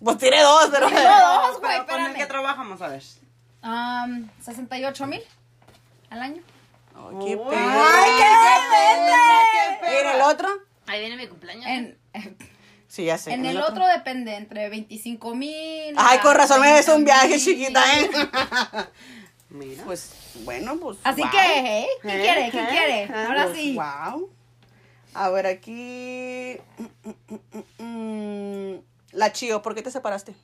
Speaker 1: Pues tiré dos, pero.
Speaker 4: dos, güey,
Speaker 3: Pero con el
Speaker 4: espérame.
Speaker 3: que trabajamos, a ver.
Speaker 4: Um, 68 mil al año.
Speaker 1: Ay, Oh, qué
Speaker 3: Uy.
Speaker 1: perra.
Speaker 3: Ay, qué
Speaker 2: Este
Speaker 3: perra, qué
Speaker 1: ¿Y en
Speaker 4: ¡Eh!
Speaker 3: perra.
Speaker 1: el otro?
Speaker 2: Ahí viene mi cumpleaños.
Speaker 4: En,
Speaker 1: Sí, ya sé.
Speaker 4: en el otro depende entre 25 mil.
Speaker 1: Ay, con razón me des
Speaker 4: es
Speaker 1: un viaje, chiquita, ¿eh?
Speaker 3: Mira.
Speaker 1: Pues, bueno, pues.
Speaker 4: Así
Speaker 1: wow.
Speaker 4: que, ¿eh? ¿Qué
Speaker 3: Eh,
Speaker 4: quiere? ¿Qué
Speaker 3: eh,
Speaker 4: quiere?
Speaker 3: eh,
Speaker 4: Ahora
Speaker 1: Pues,
Speaker 4: sí.
Speaker 1: Wow. A ver, aquí. Mm, mm, mm, mm. La Chio, ¿por qué te separaste?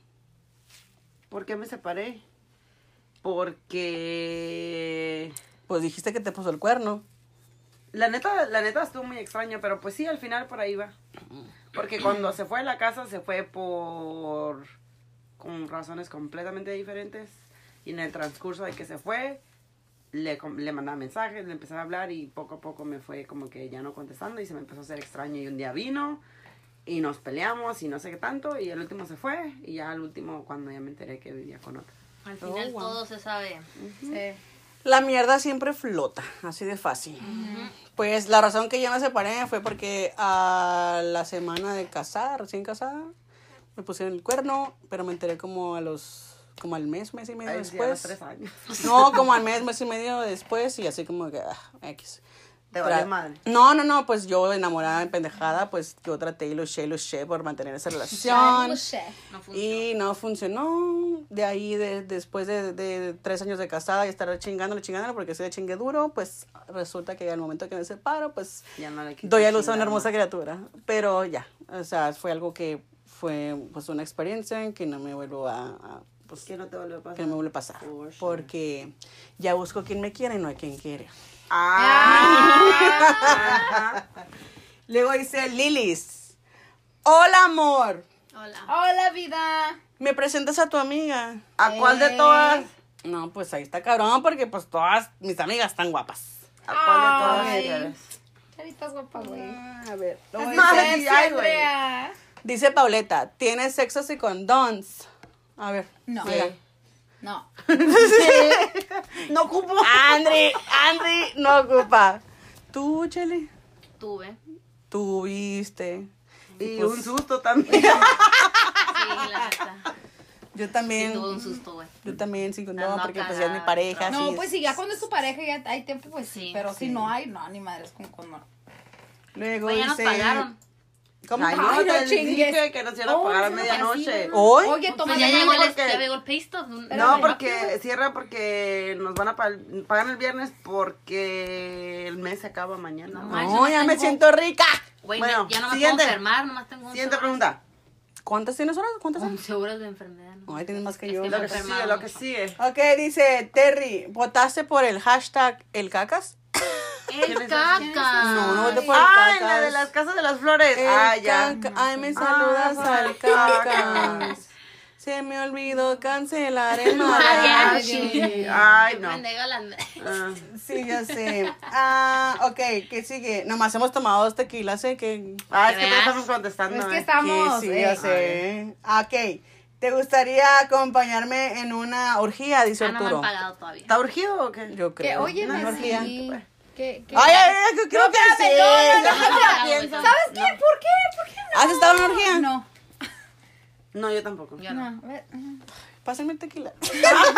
Speaker 3: ¿Por qué me separé? Porque
Speaker 1: Pues dijiste que te puso el cuerno.
Speaker 3: la neta, la neta estuvo muy extraño, pero pues sí, al final por ahí va. Porque cuando se fue de la casa se fue por con razones completamente diferentes y en el transcurso de que se fue le, com- le mandaba mensajes, le empezaba a hablar y poco a poco me fue como que ya no contestando y se me empezó a hacer extraño y un día vino y nos peleamos y no sé qué tanto y el último se fue y ya al último cuando ya me enteré que vivía con otra.
Speaker 2: Al final
Speaker 1: Oh, wow.
Speaker 2: todo se sabe.
Speaker 4: Sí.
Speaker 1: La mierda siempre flota, así de fácil. Pues la razón que yo me separé fue porque a la semana de casada, recién casada, me pusieron el cuerno, pero me enteré como a los, como al mes, mes y medio
Speaker 3: Ay, sí, a
Speaker 1: después.
Speaker 3: los tres años.
Speaker 1: Pues No, como al mes, mes y medio después y así como que, ah, X.
Speaker 3: Te
Speaker 1: Tra-
Speaker 3: valió madre.
Speaker 1: No, no, no, pues yo enamorada, empendejada, pues yo traté y luché, luché por mantener esa relación.
Speaker 2: No funciona.
Speaker 1: Y no funcionó. De ahí, de- después de, de tres años de casada y estar chingándole, chingándole, porque soy de chingue duro, pues resulta que al momento que me separo, pues
Speaker 3: Ya no le quise
Speaker 1: doy a luz a una
Speaker 3: chingar
Speaker 1: hermosa
Speaker 3: más.
Speaker 1: criatura. Pero ya, o sea, fue algo que fue pues una experiencia en que no me vuelvo a... a, pues,
Speaker 3: Que no te vuelva a pasar.
Speaker 1: que no me vuelve a pasar.
Speaker 3: For sure.
Speaker 1: Porque ya busco quien me quiere y no hay quien quiere.
Speaker 3: Ah.
Speaker 1: Luego dice Lilis. Hola, amor.
Speaker 2: Hola.
Speaker 4: Hola, vida.
Speaker 1: ¿Me presentas a tu amiga?
Speaker 3: ¿A cuál
Speaker 1: Eh,
Speaker 3: de todas?
Speaker 1: No, pues ahí está cabrón, porque pues todas mis amigas están guapas.
Speaker 3: ¿A cuál de
Speaker 4: Ay.
Speaker 3: todas quieres?
Speaker 4: Charita es guapa, güey.
Speaker 1: a ver.
Speaker 3: Ay,
Speaker 4: Dice,
Speaker 3: sí,
Speaker 4: sí,
Speaker 3: ay, güey.
Speaker 4: Andrea.
Speaker 1: Dice Pauleta, ¿tienes sexo y condons? A ver.
Speaker 4: No.
Speaker 1: mira.
Speaker 4: No.
Speaker 3: No ocupo.
Speaker 1: Andri, Andri, no ocupa. Tú, Cheli,
Speaker 2: Tuve.
Speaker 1: tuviste.
Speaker 3: Y
Speaker 1: Pues-
Speaker 3: un susto
Speaker 2: Sí,
Speaker 3: también.
Speaker 2: la neta.
Speaker 1: Yo también.
Speaker 2: Tuve un susto, güey.
Speaker 1: Yo también sin condón,
Speaker 2: Ando
Speaker 1: porque pues ya es mi
Speaker 2: cagada,
Speaker 1: pareja.
Speaker 4: No,
Speaker 1: así
Speaker 4: pues
Speaker 1: es.
Speaker 4: si ya cuando es tu pareja ya hay tiempo, pues sí.
Speaker 2: Sí,
Speaker 4: pero si
Speaker 2: sí.
Speaker 4: no hay, no, ni madres con condón.
Speaker 1: Luego
Speaker 2: Güey, ya nos
Speaker 1: dice-
Speaker 2: pagaron.
Speaker 1: ¿Cómo?
Speaker 3: Ay,
Speaker 4: Ay,
Speaker 3: no,
Speaker 4: no
Speaker 3: te
Speaker 4: chingues.
Speaker 3: dije que nos iban a
Speaker 4: Oh,
Speaker 3: pagar a
Speaker 4: no,
Speaker 3: medianoche.
Speaker 1: ¿Hoy?
Speaker 4: Oye, toma
Speaker 2: Pues ya
Speaker 4: una-
Speaker 2: llegó el,
Speaker 3: porque-
Speaker 2: ya llegó el pisto.
Speaker 3: No, porque cierra porque nos van a pa- pagar el viernes porque el mes se acaba mañana.
Speaker 2: No,
Speaker 3: güey.
Speaker 2: manches,
Speaker 1: No, ya me
Speaker 2: tengo-
Speaker 1: siento rica.
Speaker 2: Güey,
Speaker 3: Bueno,
Speaker 2: me- ya no me
Speaker 3: siguiente.
Speaker 2: puedo enfermar, nomás tengo 11
Speaker 3: Siguiente
Speaker 2: horas.
Speaker 3: pregunta.
Speaker 1: ¿Cuántas tienes horas? ¿Cuántas horas?
Speaker 2: 11 horas de enfermedad.
Speaker 3: Ah.
Speaker 2: ¿no?
Speaker 1: Ay, tienes más que yo.
Speaker 2: Es
Speaker 3: Lo que
Speaker 2: Enfermado.
Speaker 3: sigue, lo que sigue.
Speaker 1: Ok, dice Terry, ¿votaste por el hashtag el cacas?
Speaker 3: ¿Quién
Speaker 2: El
Speaker 3: es-
Speaker 2: caca.
Speaker 1: No, no voté por el
Speaker 3: Ah, en
Speaker 1: cacas.
Speaker 3: la de las casas de las flores.
Speaker 1: El
Speaker 3: ah, ya.
Speaker 1: caca- Ay, me saludas
Speaker 3: Ah,
Speaker 1: al
Speaker 3: cacas.
Speaker 1: cacas. Se me olvidó cancelar el
Speaker 2: Mariachi.
Speaker 1: mariachi.
Speaker 4: Mariachi.
Speaker 1: ah,
Speaker 3: Ay,
Speaker 2: Qué
Speaker 3: no.
Speaker 2: pendeja la-
Speaker 3: Ah.
Speaker 1: Sí, ya sé. Ah, ok, ¿qué sigue? Nomás hemos tomado dos tequilas, ¿eh? Que...
Speaker 3: Ah, es que
Speaker 2: ¿Te
Speaker 3: no
Speaker 2: veas?
Speaker 3: estamos contestando.
Speaker 4: Es que
Speaker 3: eh.
Speaker 4: estamos.
Speaker 1: Sí, sí,
Speaker 4: eh.
Speaker 1: ya sé. ¿eh? Ok, ¿te gustaría acompañarme en una orgía? Dice
Speaker 2: Ah, no me
Speaker 1: Arturo.
Speaker 2: han pagado todavía.
Speaker 3: ¿Está urgido o qué?
Speaker 1: Yo creo.
Speaker 4: Que oye,
Speaker 1: Una Ah,
Speaker 4: me
Speaker 1: orgía.
Speaker 4: sí. Que, que-
Speaker 1: Ay, ay, ay, creo que sí.
Speaker 2: no, no, no.
Speaker 4: ¿Sabes qué? ¿Por qué? ¿Por qué no?
Speaker 1: ¿Has estado en una orgía?
Speaker 4: No.
Speaker 3: No, yo tampoco.
Speaker 2: Yo no.
Speaker 4: No. a ver, mm.
Speaker 1: Pásenme el tequila.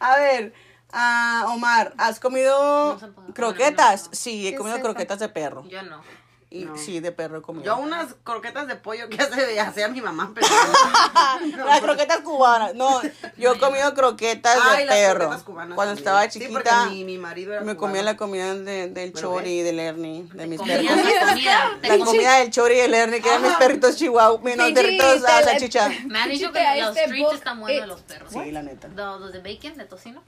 Speaker 1: a ver, ah, Omar, ¿has comido
Speaker 2: No se puede comer
Speaker 1: croquetas?
Speaker 2: uno, no.
Speaker 1: Sí, he
Speaker 4: ¿Qué
Speaker 1: comido
Speaker 4: es eso?
Speaker 1: croquetas de perro.
Speaker 2: Yo no.
Speaker 1: Y,
Speaker 3: No.
Speaker 1: Sí, de perro he comido.
Speaker 3: Yo unas croquetas de pollo que hace, hacía mi mamá, pero...
Speaker 1: las croquetas cubanas. No, yo he comido croquetas
Speaker 3: Ay,
Speaker 1: de
Speaker 3: las
Speaker 1: perro.
Speaker 3: croquetas cubanas
Speaker 1: Cuando
Speaker 3: también.
Speaker 1: estaba
Speaker 3: Sí,
Speaker 1: chiquita,
Speaker 3: porque mi, mi marido era
Speaker 1: me
Speaker 3: cubano.
Speaker 1: comía la comida de- del
Speaker 3: Pero
Speaker 1: Chori y del Ernie, de mis
Speaker 2: Comida,
Speaker 1: perros.
Speaker 2: comida.
Speaker 1: La
Speaker 2: Te comí-
Speaker 1: comida del Chori y del Ernie, que eran mis perritos chihuahua, mis no,
Speaker 4: Pinche
Speaker 1: perritos a
Speaker 4: tele-
Speaker 1: salchicha.
Speaker 2: Me han dicho que
Speaker 4: Chiquita,
Speaker 2: los
Speaker 4: este
Speaker 2: treats
Speaker 4: book-
Speaker 2: están buenos de
Speaker 4: eh,
Speaker 2: los perros.
Speaker 1: Sí, Ah. la neta.
Speaker 2: Los, los de bacon, de tocino.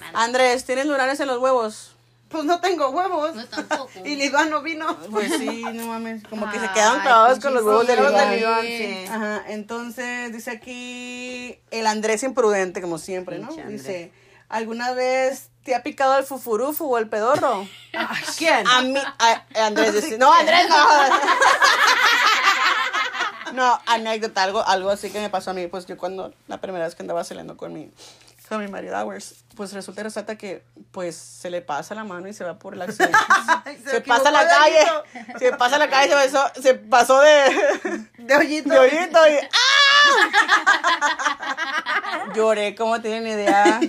Speaker 2: Me han-
Speaker 1: Andrés, ¿tienes lunares en los huevos?
Speaker 3: Pues no tengo huevos.
Speaker 2: No, tampoco.
Speaker 3: y Lidván no vino.
Speaker 1: Pues sí, no mames. Como que se
Speaker 4: Ay,
Speaker 1: quedaron trabados
Speaker 4: pinche
Speaker 1: con los huevos del
Speaker 3: Los
Speaker 4: Lidván.
Speaker 3: de
Speaker 1: lugar.
Speaker 3: Lidván,
Speaker 4: Sí.
Speaker 3: sí.
Speaker 1: Ajá, entonces dice aquí el Andrés imprudente, como siempre, ¿no?
Speaker 3: Pinche Andrés.
Speaker 1: Dice, ¿alguna vez te ha picado el fufurufu o el pedorro?
Speaker 3: Ay, ¿Quién?
Speaker 1: A mí, a- a Andrés dice, no, Andrés no. No, anécdota, algo, algo así que me pasó a mí, pues yo cuando, la primera vez que andaba saliendo con mi, con mi marido Hours, pues resulta y resalta que, pues, se le pasa la mano y se va por la acción.
Speaker 3: Ay,
Speaker 1: Se,
Speaker 3: equivocó
Speaker 1: pasa la
Speaker 3: de
Speaker 1: calle,
Speaker 3: hoyito.
Speaker 1: se pasa la calle, se pasó, se pasó de...
Speaker 3: De hoyito.
Speaker 1: De oído y ¡ah! Lloré, como tienen idea.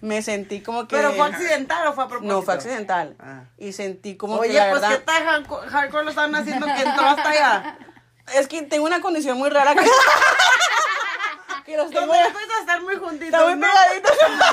Speaker 1: Me sentí como que.
Speaker 3: ¿Pero fue accidental o fue a propósito?
Speaker 1: No, fue accidental.
Speaker 3: Ah.
Speaker 1: Y sentí como
Speaker 3: Oye,
Speaker 1: que la
Speaker 3: pues qué
Speaker 1: verdad.
Speaker 3: tan hardco- hardcore lo están haciendo que entró hasta allá.
Speaker 1: Es que tengo una condición muy rara que. que los
Speaker 3: Los
Speaker 1: tengo.
Speaker 3: dos a estar muy juntitos.
Speaker 1: Está muy
Speaker 3: ¿no?
Speaker 1: pegadito.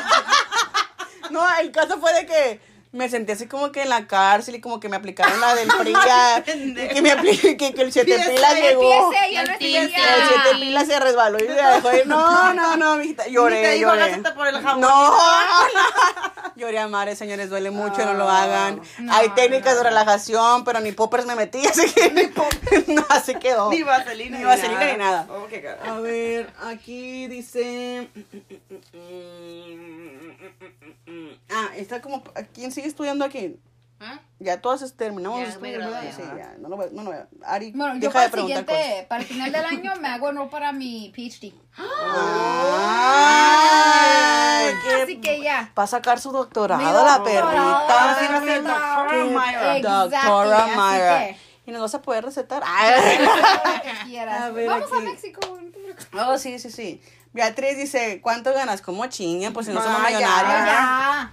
Speaker 1: No, el caso fue de que me sentí así como que en la cárcel y como que me aplicaron la del PRIA. y que me apliqué, que, que el siete
Speaker 3: Pieza,
Speaker 1: pilas
Speaker 3: eh,
Speaker 1: llegó.
Speaker 4: Empiece y el
Speaker 2: El
Speaker 4: recién
Speaker 2: pincel.
Speaker 1: El
Speaker 2: Ah.
Speaker 1: siete pilas se resbaló y se dejó ir. No, no, no, mijita. Lloré,
Speaker 3: Ni te dijo,
Speaker 1: lloré.
Speaker 3: "Agásate por el jabón".
Speaker 1: No, no. Lloré a mares, señores. Duele mucho, no lo hagan. Hay técnicas de relajación, pero ni poppers me metí, así que... Ni poppers. No, así quedó.
Speaker 3: Ni vaselina
Speaker 1: Ni vaselina ni nada.
Speaker 3: Oh, qué caro.
Speaker 1: A ver, aquí dice... Ah, está como... ¿Quién sigue estudiando aquí?
Speaker 2: ¿Eh?
Speaker 1: Ya todas terminamos
Speaker 2: Ya,
Speaker 1: los estudios,
Speaker 2: me
Speaker 1: ¿verdad?
Speaker 2: gradué.
Speaker 1: Sí, ya, no lo veo, no lo veo. Ari,
Speaker 4: Bueno, yo
Speaker 1: deja
Speaker 4: para
Speaker 1: de
Speaker 4: el
Speaker 1: preguntar
Speaker 4: siguiente,
Speaker 1: cosas.
Speaker 4: para el final del año me hago enroll para mi PhD.
Speaker 1: Ay, qué
Speaker 4: Así que ya.
Speaker 1: Va a sacar su doctorado,
Speaker 4: Mi
Speaker 1: la
Speaker 4: doctorado,
Speaker 1: perrita.
Speaker 3: sí, sí,
Speaker 1: Qué
Speaker 3: doctora Mayra.
Speaker 4: Exactly,
Speaker 1: Doctora
Speaker 4: así
Speaker 1: Mayra.
Speaker 4: que-
Speaker 1: Y nos vas a poder recetar. Ay.
Speaker 4: Todo lo que quieras.
Speaker 1: A ver,
Speaker 4: Vamos
Speaker 1: aquí.
Speaker 4: a México. no te preocupes.
Speaker 1: Oh, sí, sí, sí. Beatriz dice, ¿cuánto ganas? ¿Cómo chingan? Pues si no somos
Speaker 3: Vaya.
Speaker 1: millonarios.
Speaker 4: Ya.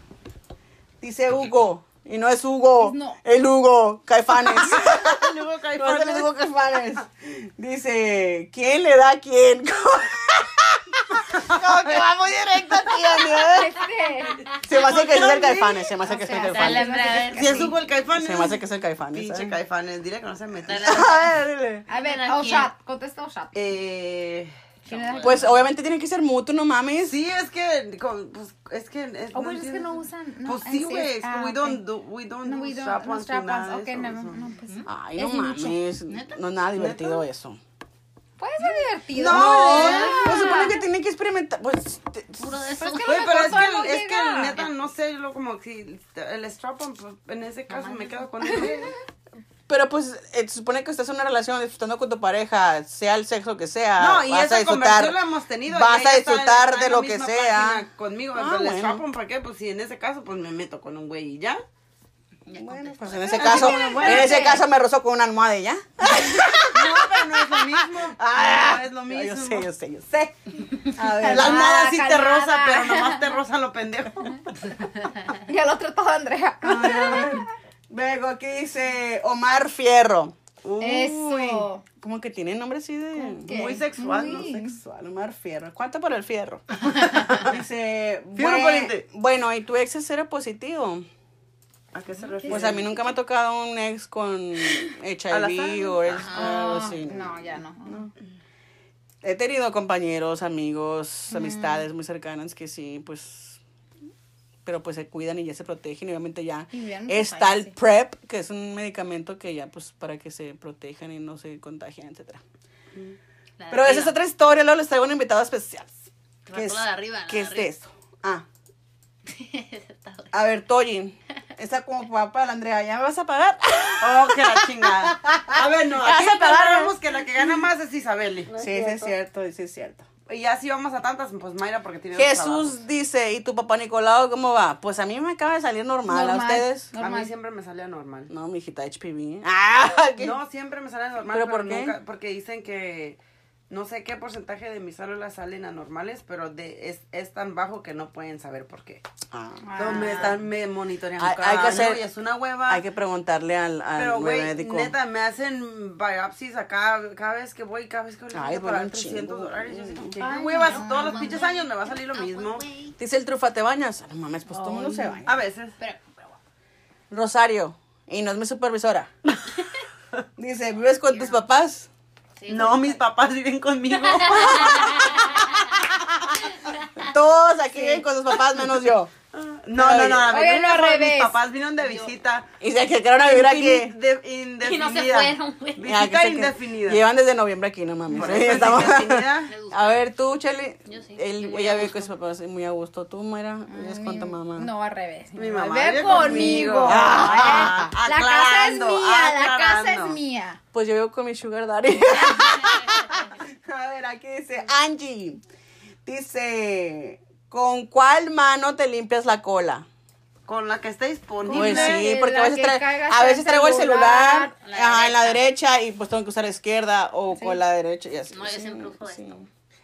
Speaker 1: Dice Hugo. Y no es Hugo.
Speaker 4: Es no.
Speaker 1: El Hugo. Caifanes.
Speaker 3: Luego caí
Speaker 1: no es el
Speaker 3: fatal.
Speaker 1: Hugo Caifanes. Dice, ¿quién le da a quién? Como que va muy directo aquí, amiga.
Speaker 4: Este,
Speaker 1: Se me hace que es el Caifanes. Se me hace que es el
Speaker 4: sea,
Speaker 2: Dale,
Speaker 1: Caifanes.
Speaker 2: hombre, a ver.
Speaker 3: Si es Hugo el Caifanes.
Speaker 1: Se me hace que es el Caifanes.
Speaker 3: Pinche
Speaker 1: ¿eh?
Speaker 3: Caifanes. Dile que no se metió.
Speaker 2: Dale.
Speaker 1: A ver, dile.
Speaker 4: A ver,
Speaker 2: ¿A quién?
Speaker 4: Oshat, contesta Oshat.
Speaker 3: Eh...
Speaker 4: ¿Quién era?
Speaker 1: Pues obviamente tiene que ser mutuo, no mames.
Speaker 3: Sí, es que, con- pues, es que, es,
Speaker 4: Oh, pues es que
Speaker 3: entiendes.
Speaker 4: no usan. No,
Speaker 3: pues sí,
Speaker 4: es-
Speaker 3: güey,
Speaker 4: es-
Speaker 3: es que
Speaker 4: ah,
Speaker 3: we
Speaker 4: ok.
Speaker 3: don't do, we don't
Speaker 4: No,
Speaker 3: do
Speaker 4: we don't.
Speaker 3: strap
Speaker 4: No
Speaker 3: ones,
Speaker 4: strap
Speaker 3: to nada
Speaker 4: ones.
Speaker 3: de
Speaker 4: Ok,
Speaker 3: eso, Ah.
Speaker 4: no,
Speaker 3: eso.
Speaker 4: no, pues. sí.
Speaker 1: Ay,
Speaker 4: Es
Speaker 1: no
Speaker 4: mucho.
Speaker 1: mames. No es nada divertido eso.
Speaker 4: Puede ser divertido. Pues
Speaker 1: No,
Speaker 4: ¿verdad?
Speaker 1: se supone que tiene que experimentar. Pues, te-
Speaker 2: Puro de eso.
Speaker 4: Pero es que
Speaker 3: Güey,
Speaker 4: A lo
Speaker 3: pero
Speaker 4: mejor
Speaker 3: es que,
Speaker 4: todo
Speaker 3: el- es que
Speaker 4: llega.
Speaker 3: el neta, no sé, yo como si el strap on, pues, en ese caso me quedo con él.
Speaker 1: pero pues eh, se supone que estás en una relación disfrutando con tu pareja, sea el sexo que sea.
Speaker 3: No, y
Speaker 1: vas a
Speaker 3: esa
Speaker 1: disfrutar.
Speaker 3: conversación la hemos tenido. y
Speaker 1: Vas a
Speaker 3: ella está en-
Speaker 1: disfrutar
Speaker 3: está
Speaker 1: de
Speaker 3: en la
Speaker 1: lo que
Speaker 3: misma
Speaker 1: sea.
Speaker 3: página Conmigo,
Speaker 1: Ah,
Speaker 3: pero el
Speaker 1: bueno.
Speaker 3: strap on, ¿para qué? Pues si en ese caso, pues me meto con un güey y ya.
Speaker 2: Ya
Speaker 1: Bueno,
Speaker 2: contestó.
Speaker 1: pues en ese caso, en ese caso me rozó con una almohada y ya.
Speaker 3: No, pero no es lo mismo. No es lo mismo.
Speaker 1: Yo sé, yo sé, yo sé. A ver.
Speaker 3: Las modas sí te
Speaker 4: Calmada,
Speaker 3: rosa, pero
Speaker 4: calmada.
Speaker 3: nomás te rosa lo pendejo.
Speaker 4: Y al otro todo Andrea.
Speaker 3: ah,
Speaker 1: Luego aquí dice Omar Fierro.
Speaker 4: Eso.
Speaker 1: Como que tiene nombre así de.
Speaker 4: ¿Qué?
Speaker 3: Muy sexual, no
Speaker 4: Muy.
Speaker 3: sé.
Speaker 1: Sexual, Omar Fierro. ¿Cuánto por el fierro? Dice.
Speaker 3: Fierro
Speaker 1: "Bue-
Speaker 3: pariente".
Speaker 1: Bueno, ¿y tu ex es era positivo?
Speaker 3: ¿A qué se refiere?
Speaker 1: Pues a mí nunca me ha tocado un ex con HIV
Speaker 3: Al
Speaker 1: o ex- algo
Speaker 4: Ah,
Speaker 1: así.
Speaker 4: No, ya no.
Speaker 1: He tenido compañeros, amigos, amistades muy cercanas que sí, pues. Pero pues se cuidan y ya se protegen. Y obviamente ya
Speaker 4: Y bien, pues,
Speaker 1: está
Speaker 4: ahí
Speaker 1: el
Speaker 4: sí.
Speaker 1: PrEP, que es un medicamento que ya, pues, para que se protejan y no se contagien, etcétera.
Speaker 2: La de
Speaker 1: Pero esa es
Speaker 2: arriba.
Speaker 1: otra historia, luego les traigo un invitado especial.
Speaker 2: Te faltó la de arriba, la
Speaker 1: ¿Qué
Speaker 2: de
Speaker 1: es
Speaker 2: arriba.
Speaker 1: de eso? Ah. A ver, Toyin. Esa como para para la Andrea, ¿ya me vas a pagar?
Speaker 3: Oh, que la chingada. A ver, no, aquí
Speaker 1: Ya se pararon.
Speaker 3: sabemos que la que gana más es Isabel.
Speaker 1: sí, sí es cierto, sí es cierto.
Speaker 3: Y ya si vamos a tantas, pues Mayra, porque tiene dos trabajos.
Speaker 1: Jesús dice, ¿y tu papá Nicolau cómo va? Pues a mí me acaba de salir normal, ¿a
Speaker 4: Normal.
Speaker 1: ustedes?
Speaker 3: A mí
Speaker 4: Normal.
Speaker 3: siempre me salía normal.
Speaker 1: No, mi hijita HPV. Ah, ¿qué?
Speaker 3: No, siempre me sale normal,
Speaker 1: ¿Pero
Speaker 3: pero,
Speaker 1: por qué?
Speaker 3: nunca, porque dicen que no sé qué porcentaje de mis células salen anormales, pero de, es, es tan bajo que no pueden saber por qué.
Speaker 1: Ah,
Speaker 3: No, me están me monitoreando.
Speaker 1: Hay- hay
Speaker 3: cada-
Speaker 1: que hacer-
Speaker 3: no, y es una hueva.
Speaker 1: hay que preguntarle al, al
Speaker 3: Pero,
Speaker 1: güey
Speaker 3: güey,
Speaker 1: médico.
Speaker 3: neta, me hacen biopsies acá cada vez que voy, cada vez que voy,
Speaker 1: Ay,
Speaker 3: a
Speaker 1: duele
Speaker 3: pagar
Speaker 1: un chingo,
Speaker 3: 300 dólares. Yo así como que,
Speaker 4: Ay,
Speaker 3: güey, vas
Speaker 4: no,
Speaker 3: todos los pinches años me va a salir lo
Speaker 2: pues,
Speaker 3: mismo.
Speaker 1: Dice el trufa, ¿te bañas? No mames, pues todo el mundo se baña.
Speaker 3: A veces.
Speaker 2: Pero,
Speaker 1: Rosario, y no es mi supervisora. Dice, ¿vives con tus papás?
Speaker 2: sí,
Speaker 3: No, mis papás viven conmigo.
Speaker 1: Todos aquí viven con sus papás, menos yo.
Speaker 3: No, no, no, a
Speaker 4: Oye,
Speaker 3: ver,
Speaker 4: no, al revés.
Speaker 3: mis papás vinieron de visita.
Speaker 1: Y se quedaron a vivir
Speaker 3: Infin-
Speaker 1: aquí.
Speaker 3: de- indefinida.
Speaker 2: Y no se fueron, güey.
Speaker 1: Ya, Ah, que
Speaker 3: Visita
Speaker 1: se que-
Speaker 3: indefinida.
Speaker 1: Llevan desde noviembre aquí, no mames.
Speaker 3: Por
Speaker 1: Sí,
Speaker 3: eso es
Speaker 1: estamos-
Speaker 3: indefinida.
Speaker 2: Me gusta.
Speaker 1: A ver, tú, Chele.
Speaker 2: Yo sí,
Speaker 1: Él,
Speaker 2: yo muy
Speaker 1: ella
Speaker 2: a
Speaker 1: vive con sus papás muy a gusto. Tú, Mayra, vives con tu mamá.
Speaker 4: No, al revés.
Speaker 3: Mi mamá
Speaker 4: Ve
Speaker 3: vive
Speaker 4: conmigo.
Speaker 3: conmigo. Ah,
Speaker 4: Eh, la casa es
Speaker 3: aclarando,
Speaker 4: mía, la casa es
Speaker 3: aclarando.
Speaker 4: mía.
Speaker 1: Pues yo vivo con mi sugar daddy. a ver, aquí dice Angie. Dice, ¿con cuál mano te limpias la cola?
Speaker 3: Con la que esté disponible.
Speaker 1: Pues sí,
Speaker 4: que
Speaker 1: porque a
Speaker 4: la
Speaker 1: veces,
Speaker 4: que
Speaker 1: tra-
Speaker 4: caiga
Speaker 1: a
Speaker 4: sea
Speaker 1: veces
Speaker 4: el
Speaker 1: traigo el celular
Speaker 4: celular,
Speaker 1: ajá, en la, derecha y pues tengo que usar izquierda o con la derecha y así.
Speaker 2: No, yo siempre uso esto.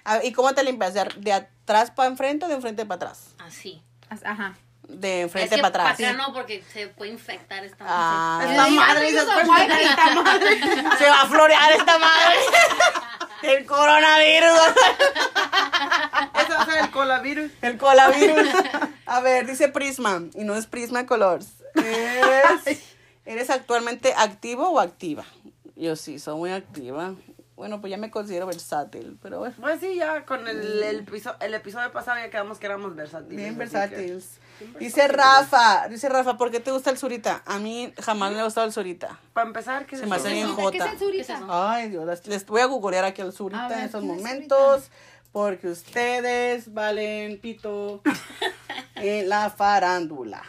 Speaker 1: A ver, ¿Y cómo te limpias? ¿De, a- de atrás para enfrente o de enfrente para atrás?
Speaker 2: Así.
Speaker 4: Ajá.
Speaker 1: De
Speaker 2: Ah, Es
Speaker 1: enfrente
Speaker 2: que
Speaker 1: para atrás.
Speaker 2: acá no, porque se puede infectar esta
Speaker 1: Ah.
Speaker 2: mujer.
Speaker 3: Esta
Speaker 4: Ay,
Speaker 3: madre,
Speaker 4: ay,
Speaker 3: esa
Speaker 4: ay,
Speaker 3: madre,
Speaker 4: ay,
Speaker 3: esta madre.
Speaker 1: Se va a florear esta madre. El coronavirus.
Speaker 3: Ese va a ser el colavirus.
Speaker 1: El colavirus. A ver, dice Prisma. Y no es Prisma Colors. Es- ¿Eres actualmente activo o activa? Yo sí, soy muy activa. Bueno, pues ya me considero versátil, pero bueno.
Speaker 3: Pues sí, ya con el, el, episo- el episodio pasado ya quedamos que éramos versátiles.
Speaker 1: Bien
Speaker 3: así que-
Speaker 1: versátiles. Dice Rafa, dice Rafa, ¿por qué te gusta el surita? A mí jamás me ha gustado el surita.
Speaker 3: Para empezar, ¿qué
Speaker 1: Se
Speaker 3: es
Speaker 1: me
Speaker 3: eso?
Speaker 1: hace bien
Speaker 4: Censura, ¿Qué
Speaker 1: jota.
Speaker 4: censuriza?
Speaker 1: Ay, Dios, las- les voy a googlear aquí al
Speaker 4: A
Speaker 1: surita
Speaker 4: ver,
Speaker 1: en estos
Speaker 4: ¿quién es
Speaker 1: momentos. Porque ustedes valen pito en la farándula.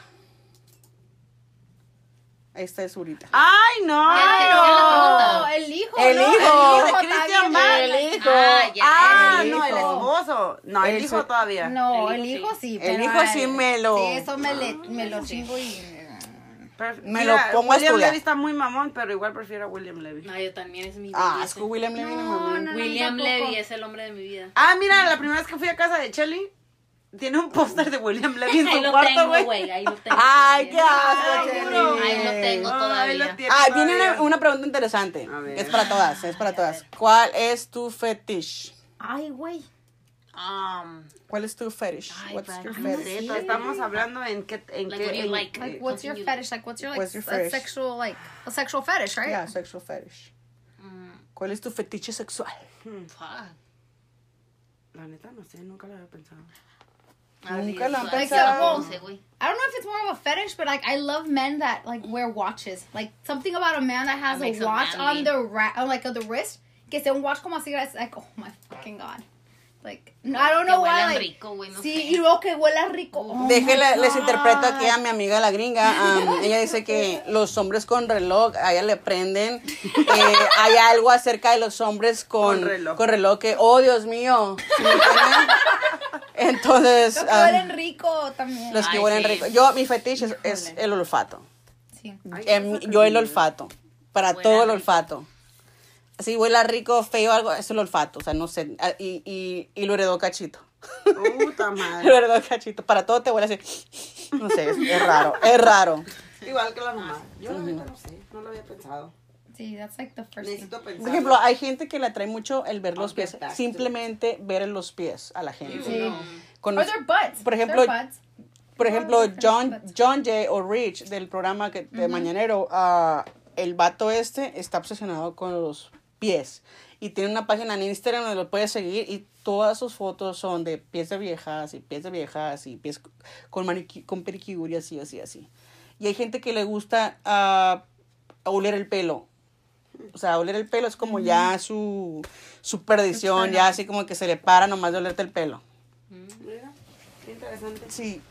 Speaker 1: Esta es surita.
Speaker 3: ¡Ay, no!
Speaker 2: Ay,
Speaker 4: No, el hijo.
Speaker 1: El
Speaker 4: ¿no?
Speaker 1: hijo.
Speaker 4: El hijo
Speaker 3: De
Speaker 4: está
Speaker 3: Cristian
Speaker 4: bien.
Speaker 3: Mann.
Speaker 1: El hijo.
Speaker 2: Ah, ya.
Speaker 3: ¡Ah,
Speaker 1: El
Speaker 3: no! El
Speaker 1: hijo.
Speaker 3: esposo. No, el,
Speaker 1: El
Speaker 3: hijo
Speaker 1: so-
Speaker 3: todavía.
Speaker 4: Ah, No,
Speaker 2: El
Speaker 4: el
Speaker 2: hijo
Speaker 4: hijo sí.
Speaker 1: El
Speaker 4: pero
Speaker 1: hijo sí me lo- Ah,
Speaker 4: Sí, eso me, le- me lo chingo y. eh.
Speaker 3: Pref-
Speaker 1: Me lo pongo a
Speaker 3: William
Speaker 1: estudiar.
Speaker 3: Levy está muy mamón, pero igual prefiero a William Levy.
Speaker 2: No, yo también es mi
Speaker 1: Ah,
Speaker 2: belleza.
Speaker 1: es que William Levy no,
Speaker 4: No,
Speaker 1: mames.
Speaker 4: no, no.
Speaker 2: William
Speaker 4: tampoco.
Speaker 2: Levy es el hombre de mi vida.
Speaker 3: Ah, mira, la primera vez que fui a casa de Chelly, tiene un póster de William Levy en
Speaker 2: Ahí
Speaker 3: su
Speaker 2: lo
Speaker 3: cuarto,
Speaker 2: tengo,
Speaker 3: güey.
Speaker 2: güey. Ahí lo tengo.
Speaker 1: Ay, qué
Speaker 2: todavía.
Speaker 1: asco,
Speaker 3: Ay,
Speaker 1: Jenny.
Speaker 3: juro.
Speaker 2: Ahí lo tengo
Speaker 3: Ay, lo
Speaker 2: todavía.
Speaker 3: tiene
Speaker 1: Ah, viene
Speaker 3: todavía.
Speaker 1: una, una pregunta interesante.
Speaker 3: A ver.
Speaker 1: Es para todas, es para todas. ¿Cuál es tu fetish?
Speaker 4: Ay, güey.
Speaker 2: Um,
Speaker 1: ¿Cuál es tu fetish?
Speaker 2: Ay,
Speaker 1: What's your
Speaker 2: para- no sé,
Speaker 1: fetish?
Speaker 2: todavía-
Speaker 3: Estamos hablando en qué... En
Speaker 2: Like, what
Speaker 3: qué
Speaker 2: do you
Speaker 3: en-
Speaker 2: like?
Speaker 4: Like, what's your
Speaker 2: Continue.
Speaker 4: fetish? Like, what's your like
Speaker 1: What's your
Speaker 4: a
Speaker 1: fetish?
Speaker 4: sexual like a sexual fetish, right?
Speaker 1: Yeah, sexual fetish. ¿Cuál es tu fetiche sexual?
Speaker 2: mm, fuck.
Speaker 3: La neta, no sé, nunca lo había pensado.
Speaker 1: Nunca lo han
Speaker 2: Ay,
Speaker 1: pensado.
Speaker 2: No sé, güey.
Speaker 4: I don't know if it's more of a fetish, but like I love men that like wear watches. Like something about a man that has
Speaker 2: That makes
Speaker 4: a
Speaker 2: a
Speaker 4: watch
Speaker 2: man
Speaker 4: on
Speaker 2: mean.
Speaker 4: the ra- on like on the wrist. Que sea un watch como así, it's like oh my fucking god. Like no, I don't
Speaker 2: Que
Speaker 4: know why.
Speaker 2: huelan
Speaker 4: Like,
Speaker 2: rico, güey, no
Speaker 4: sí,
Speaker 2: sé.
Speaker 4: y luego que huela rico. Oh
Speaker 1: Déjenle,
Speaker 4: my
Speaker 1: les
Speaker 4: God.
Speaker 1: interpreto aquí a mi amiga la gringa. am, ella dice que los hombres con reloj, a ella le prenden. Eh, hay algo acerca de los hombres con,
Speaker 3: Con reloj.
Speaker 1: con reloj que, oh Dios mío. ¿sí me entienden? Entonces,
Speaker 4: Los que
Speaker 1: am,
Speaker 4: Oh, huelen rico también.
Speaker 1: los que
Speaker 2: Ay,
Speaker 1: huelen
Speaker 2: sí.
Speaker 1: rico. Yo, mi fetiche es, es el olfato.
Speaker 4: Sí.
Speaker 1: Em, yo el olfato. Para
Speaker 2: Huela
Speaker 1: todo el
Speaker 2: rico.
Speaker 1: olfato. Si huela rico, feo, algo, es el olfato. O sea, no sé. Ah, Y, y, y lo heredó Cachito.
Speaker 3: Puta
Speaker 1: Lo
Speaker 3: madre.
Speaker 1: heredó Cachito. Para todo te huele así. No sé, es, es raro. Es raro.
Speaker 3: Igual que la
Speaker 1: Ah,
Speaker 3: mamá. Yo la neta no sé, no lo había pensado.
Speaker 4: Sí, that's like the first thing.
Speaker 3: Necesito pensar.
Speaker 1: Por ejemplo, hay gente que le atrae mucho el ver los
Speaker 3: I'll get
Speaker 1: pies.
Speaker 3: back to
Speaker 1: Simplemente ver los pies a la gente.
Speaker 4: Sí.
Speaker 1: Con-
Speaker 4: Or their butts.
Speaker 1: Por
Speaker 4: Their
Speaker 1: ejemplo,
Speaker 4: butts.
Speaker 1: Por ejemplo,
Speaker 4: Or their
Speaker 1: John,
Speaker 4: butts.
Speaker 1: John Jay o Rich del programa que, de Mañanero, ah, el vato este está obsesionado con los pies. Y tiene una página en Instagram donde lo puedes seguir y todas sus fotos son de pies de viejas y pies de viejas y pies con, maniqui, con pedicure y así, así, así. Y hay gente que le gusta ah, oler el pelo. O sea, oler el pelo es como ya su, su perdición, ya así como que se le para nomás de olerte el pelo.
Speaker 3: Mira, qué interesante.
Speaker 1: Sí,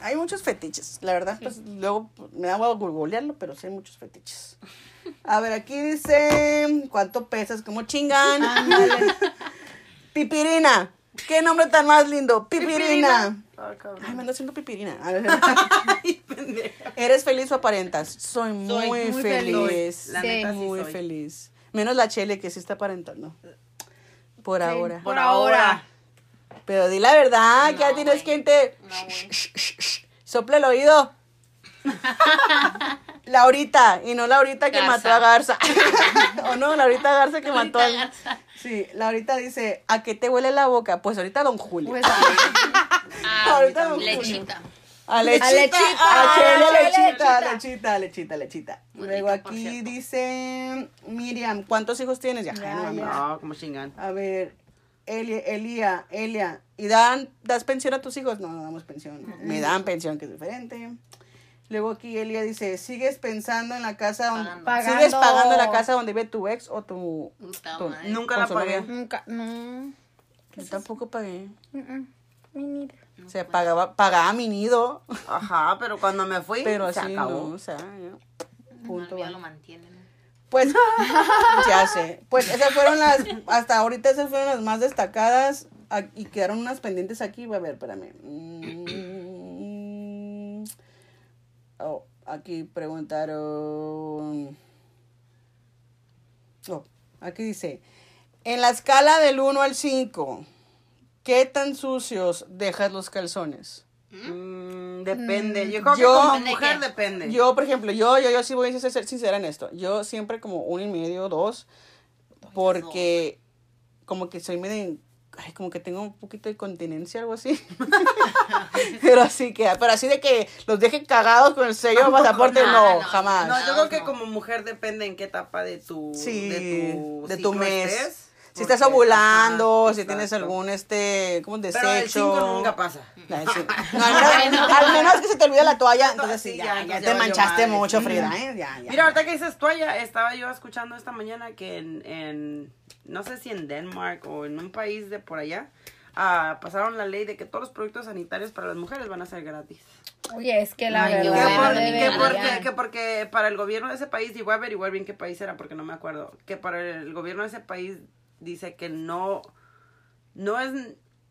Speaker 1: hay muchos fetiches. La verdad, pues luego me da huevo googlearlo, pero sí hay muchos fetiches. A ver, aquí dice, ¿cuánto pesas? ¿Cómo chingan? pipirina. ¿Qué nombre tan más lindo? Pipirina.
Speaker 3: Ah, cabrón.
Speaker 1: Ay, me ando haciendo pipirina. A ver.
Speaker 3: Ay, pendeja.
Speaker 1: ¿Eres feliz o aparentas? Soy muy,
Speaker 4: muy
Speaker 1: feliz.
Speaker 4: feliz.
Speaker 3: La
Speaker 4: Sí.
Speaker 3: neta sí
Speaker 1: muy
Speaker 3: soy.
Speaker 1: feliz. Menos la Chele, que sí está aparentando. Por ahora.
Speaker 4: Por ahora.
Speaker 1: Pero di la verdad, que ya
Speaker 2: No,
Speaker 1: tienes
Speaker 2: güey.
Speaker 1: quien te...
Speaker 2: No, güey.
Speaker 1: Sopla el oído. Laurita, y no Laurita que
Speaker 2: Garza.
Speaker 1: mató a Garza. o no, Laurita Garza que mató a...
Speaker 2: Ahorita Garza.
Speaker 1: Sí, Laurita dice, ¿a qué te huele la boca? Pues ahorita Don Julio.
Speaker 4: Pues, a-
Speaker 2: Ah,
Speaker 1: Ahorita don Julio.
Speaker 2: Lechita.
Speaker 1: A lechita,
Speaker 4: A lechita,
Speaker 1: a chele,
Speaker 4: a chele,
Speaker 1: lechita,
Speaker 4: lechita.
Speaker 1: lechita, lechita, lechita.
Speaker 2: Muy
Speaker 1: Luego
Speaker 2: rico, por
Speaker 1: aquí
Speaker 2: cierto.
Speaker 1: dice Miriam, ¿cuántos hijos tienes? Ya,
Speaker 4: Ya,
Speaker 1: no mames.
Speaker 3: No, como chingan.
Speaker 1: A ver, Elia, Elia, Elia. ¿Y dan, das pensión a tus hijos? No, no damos pensión. Me dan pensión, que es diferente. Luego aquí Elia dice, ¿sigues pensando en la casa donde...
Speaker 4: Pagando.
Speaker 1: ¿Sigues
Speaker 4: Pagando.
Speaker 1: pagando la casa donde vive tu ex o tu...
Speaker 2: Puta
Speaker 1: tu-
Speaker 2: madre.
Speaker 3: Nunca
Speaker 1: con
Speaker 3: la
Speaker 1: su
Speaker 3: pagué.
Speaker 1: novia?
Speaker 4: nunca, no.
Speaker 1: Yo tampoco pagué.
Speaker 4: Mm-mm. Me neither.
Speaker 1: o sea, pagaba, pagaba mi nido,
Speaker 3: Ajá, pero cuando me fui,
Speaker 1: pero
Speaker 3: se
Speaker 1: así
Speaker 3: acabó.
Speaker 1: no, o sea... ya.
Speaker 2: Punto.
Speaker 1: Punto.
Speaker 2: No,
Speaker 1: va.
Speaker 2: lo mantienen.
Speaker 1: Pues, ya sé. Pues esas fueron las, hasta ahorita esas fueron las más destacadas a- y quedaron unas pendientes aquí. A ver, espérame. Mm. Oh, aquí preguntaron. No, aquí dice, en la escala del 1 al 5, ¿qué tan sucios dejas los calzones?
Speaker 3: Mm, depende. Yo creo que
Speaker 1: Yo-
Speaker 3: como
Speaker 2: ¿Depende
Speaker 3: mujer
Speaker 2: qué?
Speaker 3: depende.
Speaker 1: Yo, por ejemplo, yo, yo, yo sí voy a ser ser sincera en esto. Yo siempre como un y medio, dos, porque como que soy medio, ay, como que tengo un poquito de continencia, algo así. pero así que, pero así de que los dejen cagados con el sello de pasaporte,
Speaker 2: no,
Speaker 1: no,
Speaker 2: no,
Speaker 1: jamás.
Speaker 3: no, yo
Speaker 2: no,
Speaker 3: creo que
Speaker 2: no.
Speaker 3: como mujer depende en qué etapa de tu
Speaker 1: sí,
Speaker 3: de tu, ciclo
Speaker 1: mes.
Speaker 3: estés,
Speaker 1: si estás
Speaker 3: porque-
Speaker 1: ovulando,
Speaker 3: ajá,
Speaker 1: si tienes
Speaker 3: exacto.
Speaker 1: algún este, como un desecho.
Speaker 3: Pero el 5 nunca pasa.
Speaker 1: No, sí. No, al, menos, al menos que se te olvide la toalla, entonces sí,
Speaker 3: Sí,
Speaker 1: ya,
Speaker 3: ya,
Speaker 1: ya
Speaker 3: ya
Speaker 1: te
Speaker 3: valió
Speaker 1: manchaste
Speaker 3: madre.
Speaker 1: mucho,
Speaker 3: Sí,
Speaker 1: Frida,
Speaker 3: ya.
Speaker 1: ¿eh? Ya, ya.
Speaker 3: Mira, ahorita que dices toalla, estaba yo escuchando esta mañana que en, en- no sé si en Denmark o en un país de por allá, ah, pasaron la ley de que todos los productos sanitarios para las mujeres van a ser gratis.
Speaker 4: Oye, es que la
Speaker 1: Ay,
Speaker 3: Que,
Speaker 1: Pero
Speaker 4: verdad.
Speaker 1: bueno,
Speaker 3: por-
Speaker 4: no
Speaker 3: que
Speaker 4: debería.
Speaker 3: porque, que porque para el gobierno de ese país, y voy a averiguar bien qué país era porque no me acuerdo, que para el gobierno de ese país dice que no, no es...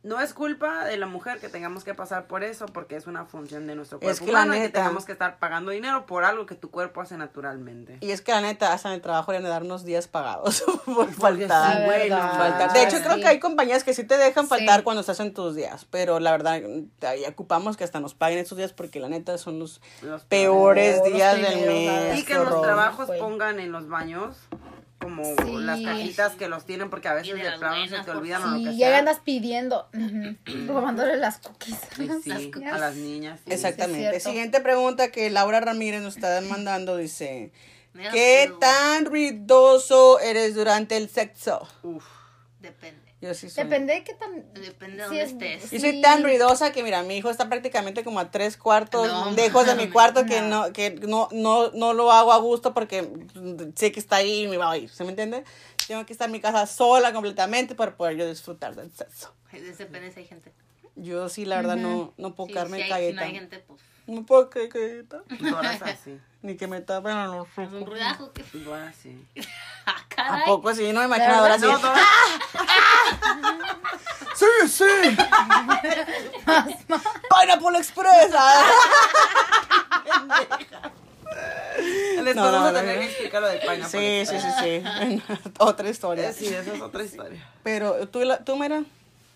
Speaker 3: No es culpa de la mujer que tengamos que pasar por eso porque es una función de nuestro cuerpo
Speaker 1: Es que la
Speaker 3: humano y que
Speaker 1: neta.
Speaker 3: tengamos que estar pagando dinero por algo que tu cuerpo hace naturalmente.
Speaker 1: Y es que la neta, hasta en el trabajo ya me dar unos días pagados por
Speaker 4: sí,
Speaker 1: faltar.
Speaker 4: güey,
Speaker 3: bueno,
Speaker 4: la
Speaker 1: faltar.
Speaker 4: verdad.
Speaker 3: Ah,
Speaker 1: De hecho,
Speaker 4: sí.
Speaker 1: creo que hay compañías que sí te dejan
Speaker 4: Sí.
Speaker 1: faltar cuando estás en tus días, pero la verdad, ahí ocupamos que hasta nos paguen esos días porque la neta son los
Speaker 3: Los
Speaker 1: peores
Speaker 4: peores.
Speaker 1: días
Speaker 4: Los
Speaker 1: del
Speaker 4: primeros, la
Speaker 1: mes.
Speaker 4: verdad.
Speaker 3: Y que
Speaker 1: qué
Speaker 3: en los
Speaker 1: horror.
Speaker 3: trabajos
Speaker 4: Güey.
Speaker 3: pongan en los baños como
Speaker 4: Sí.
Speaker 3: las cajitas que los tienen porque a
Speaker 2: Y
Speaker 3: veces
Speaker 2: de
Speaker 3: de
Speaker 2: las
Speaker 3: plano se
Speaker 2: buenas,
Speaker 3: te
Speaker 2: por
Speaker 3: olvidan o lo
Speaker 4: Sí,
Speaker 3: que
Speaker 4: y ahí
Speaker 3: sea.
Speaker 4: andas pidiendo, ujú, robándole las cookies.
Speaker 3: Sí, sí,
Speaker 2: Las
Speaker 3: a las niñas. sí.
Speaker 1: Exactamente.
Speaker 4: cierto.
Speaker 1: Siguiente pregunta que Laura Ramírez nos está mandando dice,
Speaker 2: Mira,
Speaker 1: ¿qué
Speaker 2: pero
Speaker 1: tan ruidoso eres durante el sexo?
Speaker 3: Uf.
Speaker 2: Depende.
Speaker 1: Yo sí soy.
Speaker 4: Depende de qué tan...
Speaker 2: Depende de
Speaker 4: Sí,
Speaker 2: dónde
Speaker 4: es-
Speaker 2: estés.
Speaker 1: Y
Speaker 4: Sí.
Speaker 1: soy tan ruidosa que mira, mi hijo está prácticamente como a tres cuartos
Speaker 2: No,
Speaker 1: lejos de mi cuarto que
Speaker 4: no.
Speaker 1: no que no, no no lo hago a gusto porque sé que está ahí y me va a oír, ¿se me entiende? Tengo que estar en mi casa sola completamente para poder yo disfrutar del sexo.
Speaker 2: Depende si hay gente.
Speaker 1: Yo sí, la verdad, no, no puedo
Speaker 2: Sí,
Speaker 1: quedarme
Speaker 2: si hay- Si no
Speaker 1: calleta.
Speaker 2: hay gente, pues.
Speaker 1: No puedo quedarme calleta.
Speaker 3: Doras así.
Speaker 1: Ni que me tapen a los
Speaker 2: Es un
Speaker 1: ojos.
Speaker 2: ruidajo que.
Speaker 3: Doras así.
Speaker 2: Ah, caray.
Speaker 1: ¿A poco sí? No me imagino ahora así.
Speaker 3: No, Doras.
Speaker 1: ¡Sí, sí! ¡Pineapple Express! ah.
Speaker 3: Después
Speaker 1: No, no,
Speaker 3: vamos a
Speaker 1: no,
Speaker 3: tener
Speaker 1: no.
Speaker 3: que explicar lo del
Speaker 1: Sí,
Speaker 3: pineapple.
Speaker 1: sí, sí, sí. Otra historia.
Speaker 3: Eh, Sí, esa es otra historia.
Speaker 1: Pero tú, la- tú Mira.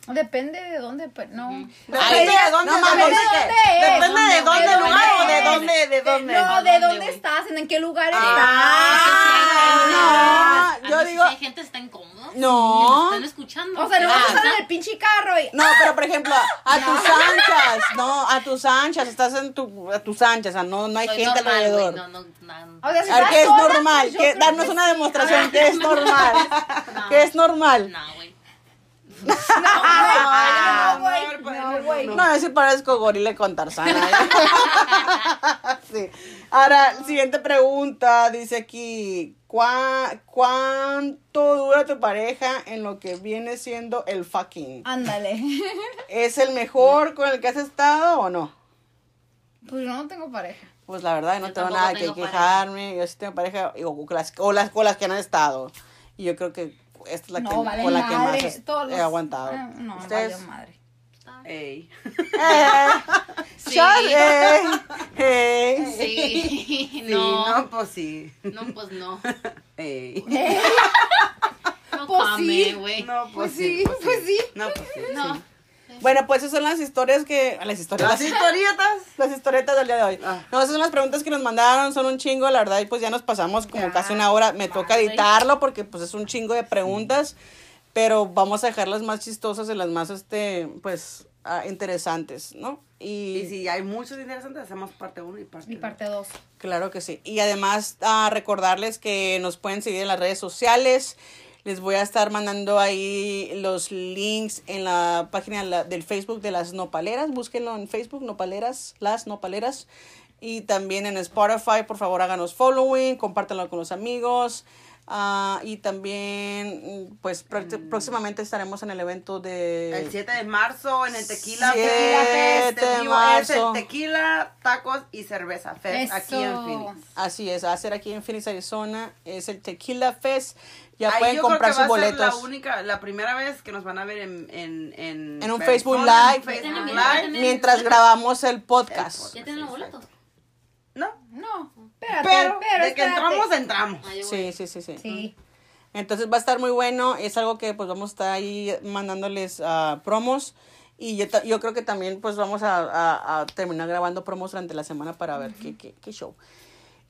Speaker 4: Depende de dónde, pero no.
Speaker 3: Depende de dónde,
Speaker 1: no
Speaker 3: de
Speaker 1: mames.
Speaker 3: dónde,
Speaker 4: ¿Dónde es?
Speaker 3: depende de
Speaker 4: ¿Dónde,
Speaker 3: dónde
Speaker 4: güey?
Speaker 3: lugar o de
Speaker 4: ¿Dónde?
Speaker 3: dónde, de dónde.
Speaker 4: No,
Speaker 2: ¿Dónde,
Speaker 4: de dónde
Speaker 2: güey?
Speaker 4: estás, en en qué lugar
Speaker 1: Ah,
Speaker 4: estás.
Speaker 1: Ah,
Speaker 2: A
Speaker 1: yo
Speaker 2: veces
Speaker 1: digo-
Speaker 2: Si hay gente, está incómoda.
Speaker 1: No.
Speaker 2: Están escuchando.
Speaker 4: O sea, no vas a
Speaker 2: Ah,
Speaker 4: estar en el pinche carro y...
Speaker 1: No, pero por ejemplo, a, a tus anchas, no, a tus anchas, estás en tu, a tus anchas, o sea, no, no hay
Speaker 2: soy
Speaker 1: gente
Speaker 2: normal, güey,
Speaker 1: alrededor.
Speaker 2: No, no, no.
Speaker 4: O sea, si
Speaker 1: A ver,
Speaker 4: estás
Speaker 1: ¿qué es
Speaker 4: sola, pues,
Speaker 1: normal?
Speaker 4: yo
Speaker 1: ¿Qué-
Speaker 4: creo
Speaker 1: darnos
Speaker 4: que
Speaker 1: una
Speaker 4: sí.
Speaker 1: demostración, ¿qué es normal? ¿Qué es normal?
Speaker 2: No, güey.
Speaker 4: Ah,
Speaker 3: No,
Speaker 4: güey,
Speaker 3: no,
Speaker 4: No, güey.
Speaker 1: No, yo sí parezco gorila con Tarzana. ¿eh? sí. Ahora, siguiente pregunta, dice aquí, ¿cuá- ¿cuánto dura tu pareja en lo que viene siendo el fucking?
Speaker 4: Ándale.
Speaker 1: ¿Es el mejor con el que has estado o no?
Speaker 4: Pues yo no tengo pareja.
Speaker 1: Pues la verdad, no
Speaker 2: Yo
Speaker 1: tengo
Speaker 2: tampoco
Speaker 1: nada
Speaker 2: tengo
Speaker 1: que
Speaker 2: pareja.
Speaker 1: quejarme. Yo sí tengo pareja y- o, las, o las con las que no han estado. Y yo creo que esta es la que,
Speaker 4: no, vale
Speaker 1: con la que más
Speaker 4: madre.
Speaker 1: es-
Speaker 4: Todos los-
Speaker 1: he aguantado.
Speaker 4: Ah, no,
Speaker 1: ¿Ustedes?
Speaker 4: valió madre.
Speaker 3: Ey.
Speaker 1: Eh,
Speaker 2: Sí.
Speaker 1: shot, eh, eh.
Speaker 2: Sí.
Speaker 3: Sí,
Speaker 2: No.
Speaker 3: no, pues sí.
Speaker 2: No, pues no.
Speaker 3: Ey.
Speaker 2: no
Speaker 4: Pues sí.
Speaker 2: come, güey.
Speaker 3: No,
Speaker 4: Pues sí, pues sí.
Speaker 3: No, pues sí.
Speaker 2: No.
Speaker 1: Bueno, pues esas son las historias que. Las historias.
Speaker 3: Las historietas.
Speaker 1: las historietas del día de hoy.
Speaker 3: Ah.
Speaker 1: No, esas son las preguntas que nos mandaron, son un chingo, la verdad, y pues ya nos pasamos como
Speaker 4: Ya,
Speaker 1: casi una hora. Me toca
Speaker 2: madre.
Speaker 1: editarlo porque pues es un chingo de preguntas, pero vamos a dejar las más chistosas y las más, este, pues, ah, interesantes, ¿no?
Speaker 3: Y si hay muchos interesantes, hacemos parte 1 y parte
Speaker 4: Mi
Speaker 3: 2.
Speaker 4: parte 2.
Speaker 1: Claro que sí. Y además a recordarles que nos pueden seguir en las redes sociales. Les voy a estar mandando ahí los links en la página de la- del Facebook de las Nopaleras. Búsquenlo en Facebook, Nopaleras, las Nopaleras. Y también en Spotify, por favor háganos following, compártanlo con los amigos. Ah, y también, pues prá-
Speaker 3: Mm.
Speaker 1: próximamente estaremos en el evento de...
Speaker 3: El 7 de marzo en el Tequila
Speaker 1: Este, Siete
Speaker 3: Fest.
Speaker 1: de
Speaker 3: El vivo es
Speaker 1: marzo.
Speaker 3: el Tequila, Tacos y Cerveza Fest aquí en
Speaker 4: Eso.
Speaker 3: Phoenix.
Speaker 1: Así es, va a ser aquí en Phoenix, Arizona. Es el Tequila Fest. Ya
Speaker 3: Ahí
Speaker 1: pueden
Speaker 3: yo
Speaker 1: comprar
Speaker 3: creo que
Speaker 1: sus
Speaker 3: va a ser
Speaker 1: boletos.
Speaker 3: la única, la primera vez que nos van a ver en... En, en,
Speaker 1: En un
Speaker 3: persona,
Speaker 1: Facebook
Speaker 3: en
Speaker 1: Live.
Speaker 3: Facebook
Speaker 2: También,
Speaker 3: Live.
Speaker 2: también.
Speaker 1: mientras grabamos el podcast.
Speaker 2: ¿Ya tienen los boletos?
Speaker 3: No,
Speaker 4: No, espérate,
Speaker 3: pero,
Speaker 4: pero
Speaker 3: de que
Speaker 4: espérate.
Speaker 3: entramos, entramos.
Speaker 2: Ah, yo voy.
Speaker 1: Sí, sí, sí, sí,
Speaker 4: Sí.
Speaker 1: Entonces va a estar muy bueno. Es algo que pues vamos a estar ahí mandándoles ah, promos. Y yo, ta- yo creo que también pues vamos a, a- a terminar grabando promos durante la semana para ver qué, qué, qué show.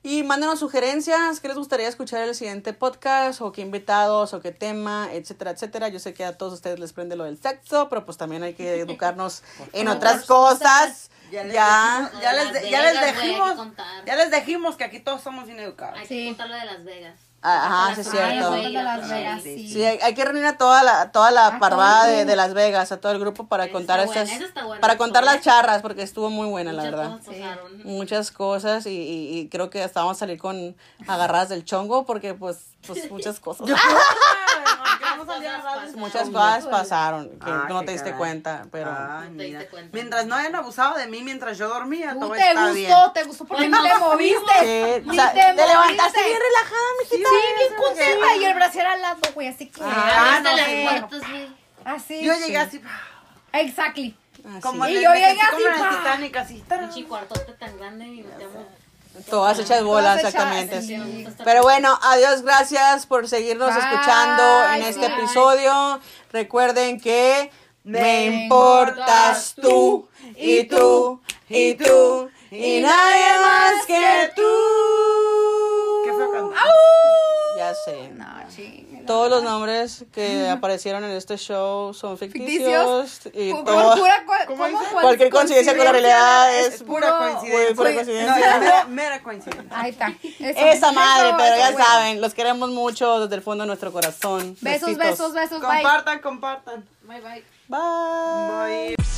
Speaker 1: Y mándenos sugerencias, qué les gustaría escuchar en el siguiente podcast, o qué invitados, o qué tema, etcétera, etcétera. Yo sé que a todos ustedes les prende lo del sexo, pero pues también hay que educarnos en otras cosas.
Speaker 3: Ya les,
Speaker 1: ya.
Speaker 3: Dijimos, ya, les, de- ya
Speaker 2: Las
Speaker 3: les
Speaker 2: Vegas, güey, hay que
Speaker 3: dijimos,
Speaker 2: contar.
Speaker 3: ya les dijimos que aquí todos somos ineducados.
Speaker 2: Hay
Speaker 4: Sí.
Speaker 2: que contarlo de Las Vegas.
Speaker 1: Ajá,
Speaker 2: Las
Speaker 1: Ah, sí es
Speaker 2: Vegas,
Speaker 1: cierto.
Speaker 2: güey,
Speaker 4: De Las
Speaker 2: sí.
Speaker 4: Vegas,
Speaker 3: Sí,
Speaker 4: sí.
Speaker 1: Sí, hay, hay que reunir a toda la, toda la
Speaker 4: todo el
Speaker 1: parvada de,
Speaker 4: grupo.
Speaker 1: de Las Vegas, a todo el grupo para
Speaker 2: Esa
Speaker 1: contar
Speaker 2: está buena,
Speaker 1: estas,
Speaker 2: esa está buena,
Speaker 1: para
Speaker 2: esa
Speaker 1: contar
Speaker 2: está
Speaker 1: las charras, porque estuvo muy buena, la
Speaker 2: Muchas
Speaker 1: verdad.
Speaker 2: cosas pasaron.
Speaker 1: Muchas cosas y, y- y creo que hasta vamos a salir con agarradas del chongo, porque pues, pues muchas cosas.
Speaker 3: Ay, no, que vamos a salir a hablar de-
Speaker 1: muchas cosas pasaron que
Speaker 3: Ah,
Speaker 1: no
Speaker 3: qué
Speaker 1: te diste
Speaker 3: caray. Ah.
Speaker 1: cuenta, pero...
Speaker 3: Ay,
Speaker 2: No te diste
Speaker 3: mira.
Speaker 2: cuenta.
Speaker 3: Mientras no hayan abusado de mí mientras yo dormía,
Speaker 4: Tú
Speaker 3: todo
Speaker 4: te
Speaker 3: está
Speaker 4: gustó,
Speaker 3: bien.
Speaker 4: te gustó porque
Speaker 2: Hoy
Speaker 4: no te
Speaker 2: nos fuimos.
Speaker 4: moviste.
Speaker 1: Sí,
Speaker 4: ni
Speaker 1: o sea,
Speaker 4: te
Speaker 1: te
Speaker 4: moviste.
Speaker 1: levantaste bien relajada, mijita.
Speaker 4: Sí, bien contenta. Y el brasier al lado, güey, así que. Este,
Speaker 3: Ah,
Speaker 2: Abriste
Speaker 3: no
Speaker 2: las
Speaker 3: sé.
Speaker 2: puertas, güey.
Speaker 4: Así.
Speaker 3: Yo llegué así,
Speaker 4: Exactly.
Speaker 1: Así,
Speaker 3: como
Speaker 4: Y
Speaker 3: en el-
Speaker 4: yo
Speaker 3: me sentí
Speaker 4: llegué así,
Speaker 3: como en el
Speaker 4: pa.
Speaker 3: Titanic, así.
Speaker 2: Un chico hartote tan grande y me llamo.
Speaker 1: Todas hechas bolas,
Speaker 4: hechas,
Speaker 1: exactamente.
Speaker 4: sí.
Speaker 1: Sí. Pero bueno, adiós, gracias por seguirnos
Speaker 4: Bye,
Speaker 1: escuchando en este
Speaker 4: bye.
Speaker 1: episodio. Recuerden que
Speaker 3: Me
Speaker 1: me importas
Speaker 4: importas
Speaker 1: tú y tú y tú y nadie más que tú. Ah,
Speaker 3: Qué feo cantar.
Speaker 1: Ya sé.
Speaker 4: No, chingue.
Speaker 1: Todos los nombres que aparecieron en este show son ficticios,
Speaker 4: Ficticios.
Speaker 1: y
Speaker 4: Cu-
Speaker 1: todo-
Speaker 4: cu- pura co-
Speaker 3: ¿Cómo
Speaker 4: ¿cómo
Speaker 3: dice?
Speaker 4: cual-
Speaker 1: cualquier coincidencia con la realidad es
Speaker 3: Es pura coincidencia.
Speaker 1: güey, pura
Speaker 4: Sí.
Speaker 3: No,
Speaker 1: coincidencia.
Speaker 3: era mera, mera coincidencia.
Speaker 4: Ahí está. Eso.
Speaker 1: Esa madre,
Speaker 4: Eso,
Speaker 1: pero ya
Speaker 4: eso.
Speaker 1: saben, los queremos mucho desde el fondo de nuestro corazón.
Speaker 4: Besos, besos, besos. Bye.
Speaker 3: Compartan, compartan.
Speaker 2: Bye, bye.
Speaker 1: Bye.
Speaker 3: Bye.